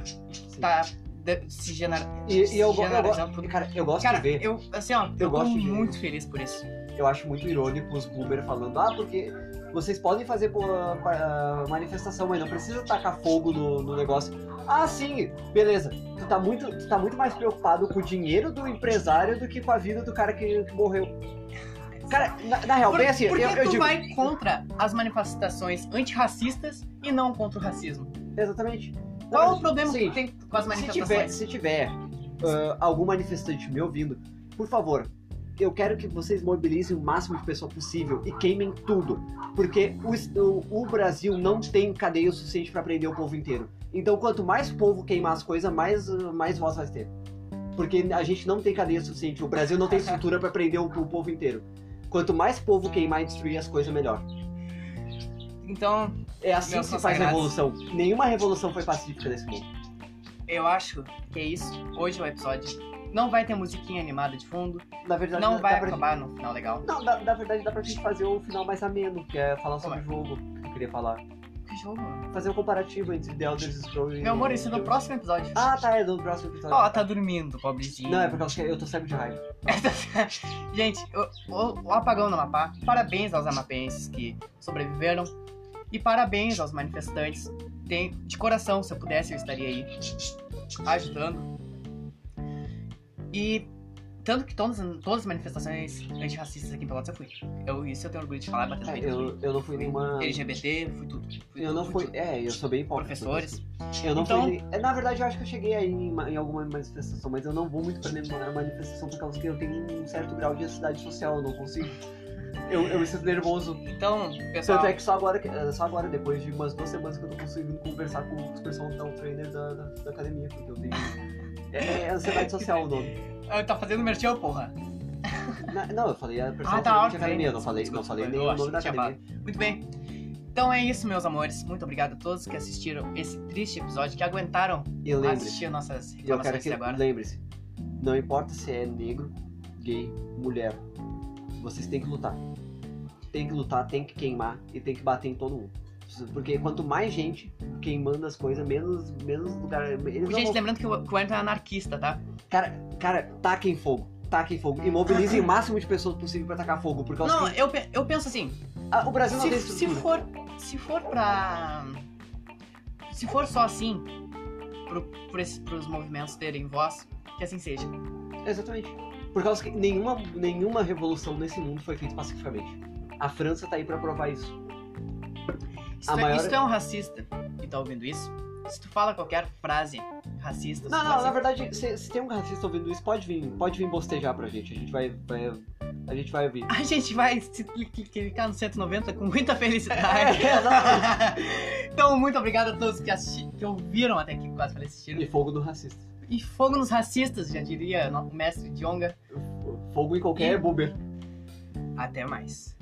Speaker 1: Tá de- se, gener,
Speaker 2: E,
Speaker 1: se
Speaker 2: e eu, go- eu,
Speaker 1: generalizando
Speaker 2: go- cara, eu gosto
Speaker 1: Cara,
Speaker 2: de ver
Speaker 1: eu, assim, ó, eu, tô
Speaker 2: gosto de ver.
Speaker 1: muito feliz por isso.
Speaker 2: eu acho muito irônico os boomers falando, ah, porque vocês podem fazer pô, pa- manifestação, mas não precisa tacar fogo no, no negócio. Ah, sim, beleza. Tu tá, muito, tu tá muito mais preocupado com o dinheiro do empresário do que com a vida do cara que, que morreu. Cara, na, na real,
Speaker 1: Por,
Speaker 2: bem assim,
Speaker 1: por que
Speaker 2: eu, eu
Speaker 1: tu
Speaker 2: digo.
Speaker 1: vai contra as manifestações antirracistas e não contra o racismo?
Speaker 2: Exatamente. Na
Speaker 1: Qual
Speaker 2: verdade,
Speaker 1: o problema
Speaker 2: sim,
Speaker 1: que tem com as
Speaker 2: Se tiver,
Speaker 1: manifestações?
Speaker 2: se tiver ah, algum manifestante me ouvindo, por favor, eu quero que vocês mobilizem o máximo de pessoa possível e queimem tudo. Porque o, es- o- o Brasil não tem cadeia o suficiente pra prender o povo inteiro. Então, quanto mais povo queimar as coisas, mais, ah, mais voz vai ter. Porque a gente não tem cadeia o suficiente. O Brasil não tem estrutura pra prender o, o povo inteiro. Quanto mais povo queimar e destruir as coisas, melhor.
Speaker 1: Então,
Speaker 2: É assim
Speaker 1: Meus
Speaker 2: que se faz a
Speaker 1: consagrados.
Speaker 2: revolução. Nenhuma revolução foi pacífica nesse mundo.
Speaker 1: eu acho que é isso. Hoje é o episódio. Não vai ter musiquinha animada de fundo.
Speaker 2: Na verdade,
Speaker 1: Não
Speaker 2: dá-
Speaker 1: vai
Speaker 2: dá tá pra gente-
Speaker 1: acabar no final legal.
Speaker 2: Não, na, na verdade dá pra gente fazer o final mais ameno, que é falar sobre
Speaker 1: é?
Speaker 2: o jogo que eu queria falar.
Speaker 1: Que jogo?
Speaker 2: Fazer um comparativo entre The Elder Scrolls e.
Speaker 1: Meu amor, isso é no próximo episódio.
Speaker 2: Ah, tá, é do próximo episódio.
Speaker 1: Ó, tá dormindo, pobrezinho.
Speaker 2: Não, é porque eu acho que eu tô cego de raiva.
Speaker 1: Gente, o, o- o apagão no Amapá, parabéns aos amapenses que sobreviveram e parabéns aos manifestantes. Tem, de coração, se eu pudesse, eu estaria aí ajudando. E tanto que todas, todas as manifestações antirracistas aqui em Pelotas eu fui. Eu, isso eu tenho orgulho de falar, batendo
Speaker 2: É,
Speaker 1: bem.
Speaker 2: eu, eu não fui nenhuma.
Speaker 1: LGBT, fui tudo. Fui
Speaker 2: Eu
Speaker 1: tudo,
Speaker 2: não
Speaker 1: fui
Speaker 2: fui.
Speaker 1: tudo.
Speaker 2: É, eu sou bem pobre.
Speaker 1: Professores.
Speaker 2: Eu não
Speaker 1: Então-
Speaker 2: fui. é, Na verdade, eu acho que eu cheguei aí em, ma- em alguma manifestação, mas eu não vou muito pra nenhuma manifestação por causa que eu tenho um certo grau de ansiedade social, eu não consigo. Eu, eu me sinto nervoso.
Speaker 1: Então, pessoal,
Speaker 2: Tanto é que só agora, que- é, só agora, depois de umas duas semanas que eu tô conseguindo conversar com os pessoal que dão trainer da, da, da academia, porque
Speaker 1: [laughs]
Speaker 2: eu tenho. É, é ansiedade social o nome.
Speaker 1: ah, tá fazendo merchan, porra.
Speaker 2: Na- não, eu falei a personal
Speaker 1: Ah, tá,
Speaker 2: trainer de
Speaker 1: ok.
Speaker 2: academia, eu não falei, não falei nem
Speaker 1: Eu
Speaker 2: o
Speaker 1: acho
Speaker 2: nome da
Speaker 1: que tinha
Speaker 2: academia.
Speaker 1: Muito bem. Então é isso, meus amores. Muito obrigado a todos que assistiram esse triste episódio, que aguentaram
Speaker 2: E lembre-se,
Speaker 1: assistir nossas
Speaker 2: eu quero
Speaker 1: reclamações
Speaker 2: que.
Speaker 1: até agora.
Speaker 2: Lembre-se, não importa se é negro, gay, mulher, vocês têm que lutar. Tem que lutar, tem que queimar e tem que bater em todo mundo. Porque quanto mais gente queimando as coisas, menos, menos lugar. Eles não
Speaker 1: Gente,
Speaker 2: vão
Speaker 1: lembrando que o que o Wellington é anarquista, tá?
Speaker 2: Cara, cara, taquem fogo. Taquem fogo. E mobilizem o máximo de pessoas possível pra tacar fogo. Por causa
Speaker 1: Não,
Speaker 2: que
Speaker 1: eu, pe- eu penso assim,
Speaker 2: Ah, o Brasil não
Speaker 1: se,
Speaker 2: tem
Speaker 1: se
Speaker 2: estrutura.
Speaker 1: for se for pra... Se for só assim, pro, pro esses- pros movimentos terem voz, que assim seja.
Speaker 2: Exatamente. Por causa que nenhuma, nenhuma revolução nesse mundo foi feita pacificamente. A França tá aí pra provar isso.
Speaker 1: Se tu,
Speaker 2: A
Speaker 1: é-
Speaker 2: maior-
Speaker 1: se tu é um racista e tá ouvindo isso, se tu fala qualquer frase racista...
Speaker 2: Não, não,
Speaker 1: supracista,
Speaker 2: na verdade, se, se tem um racista ouvindo isso, pode vir, pode vir bostejar pra gente. A gente vai. vai a gente vai ouvir.
Speaker 1: [laughs] A gente vai se cli- cli- clicar no 190 com
Speaker 2: [laughs]
Speaker 1: muita felicidade.
Speaker 2: É, exatamente.
Speaker 1: então, muito obrigado a todos que, assisti- que ouviram até aqui, quase falei assistiram.
Speaker 2: e fogo do racista.
Speaker 1: E fogo nos racistas, já diria no- o mestre Dionga.
Speaker 2: Fogo em qualquer
Speaker 1: E-
Speaker 2: boomer.
Speaker 1: Até mais.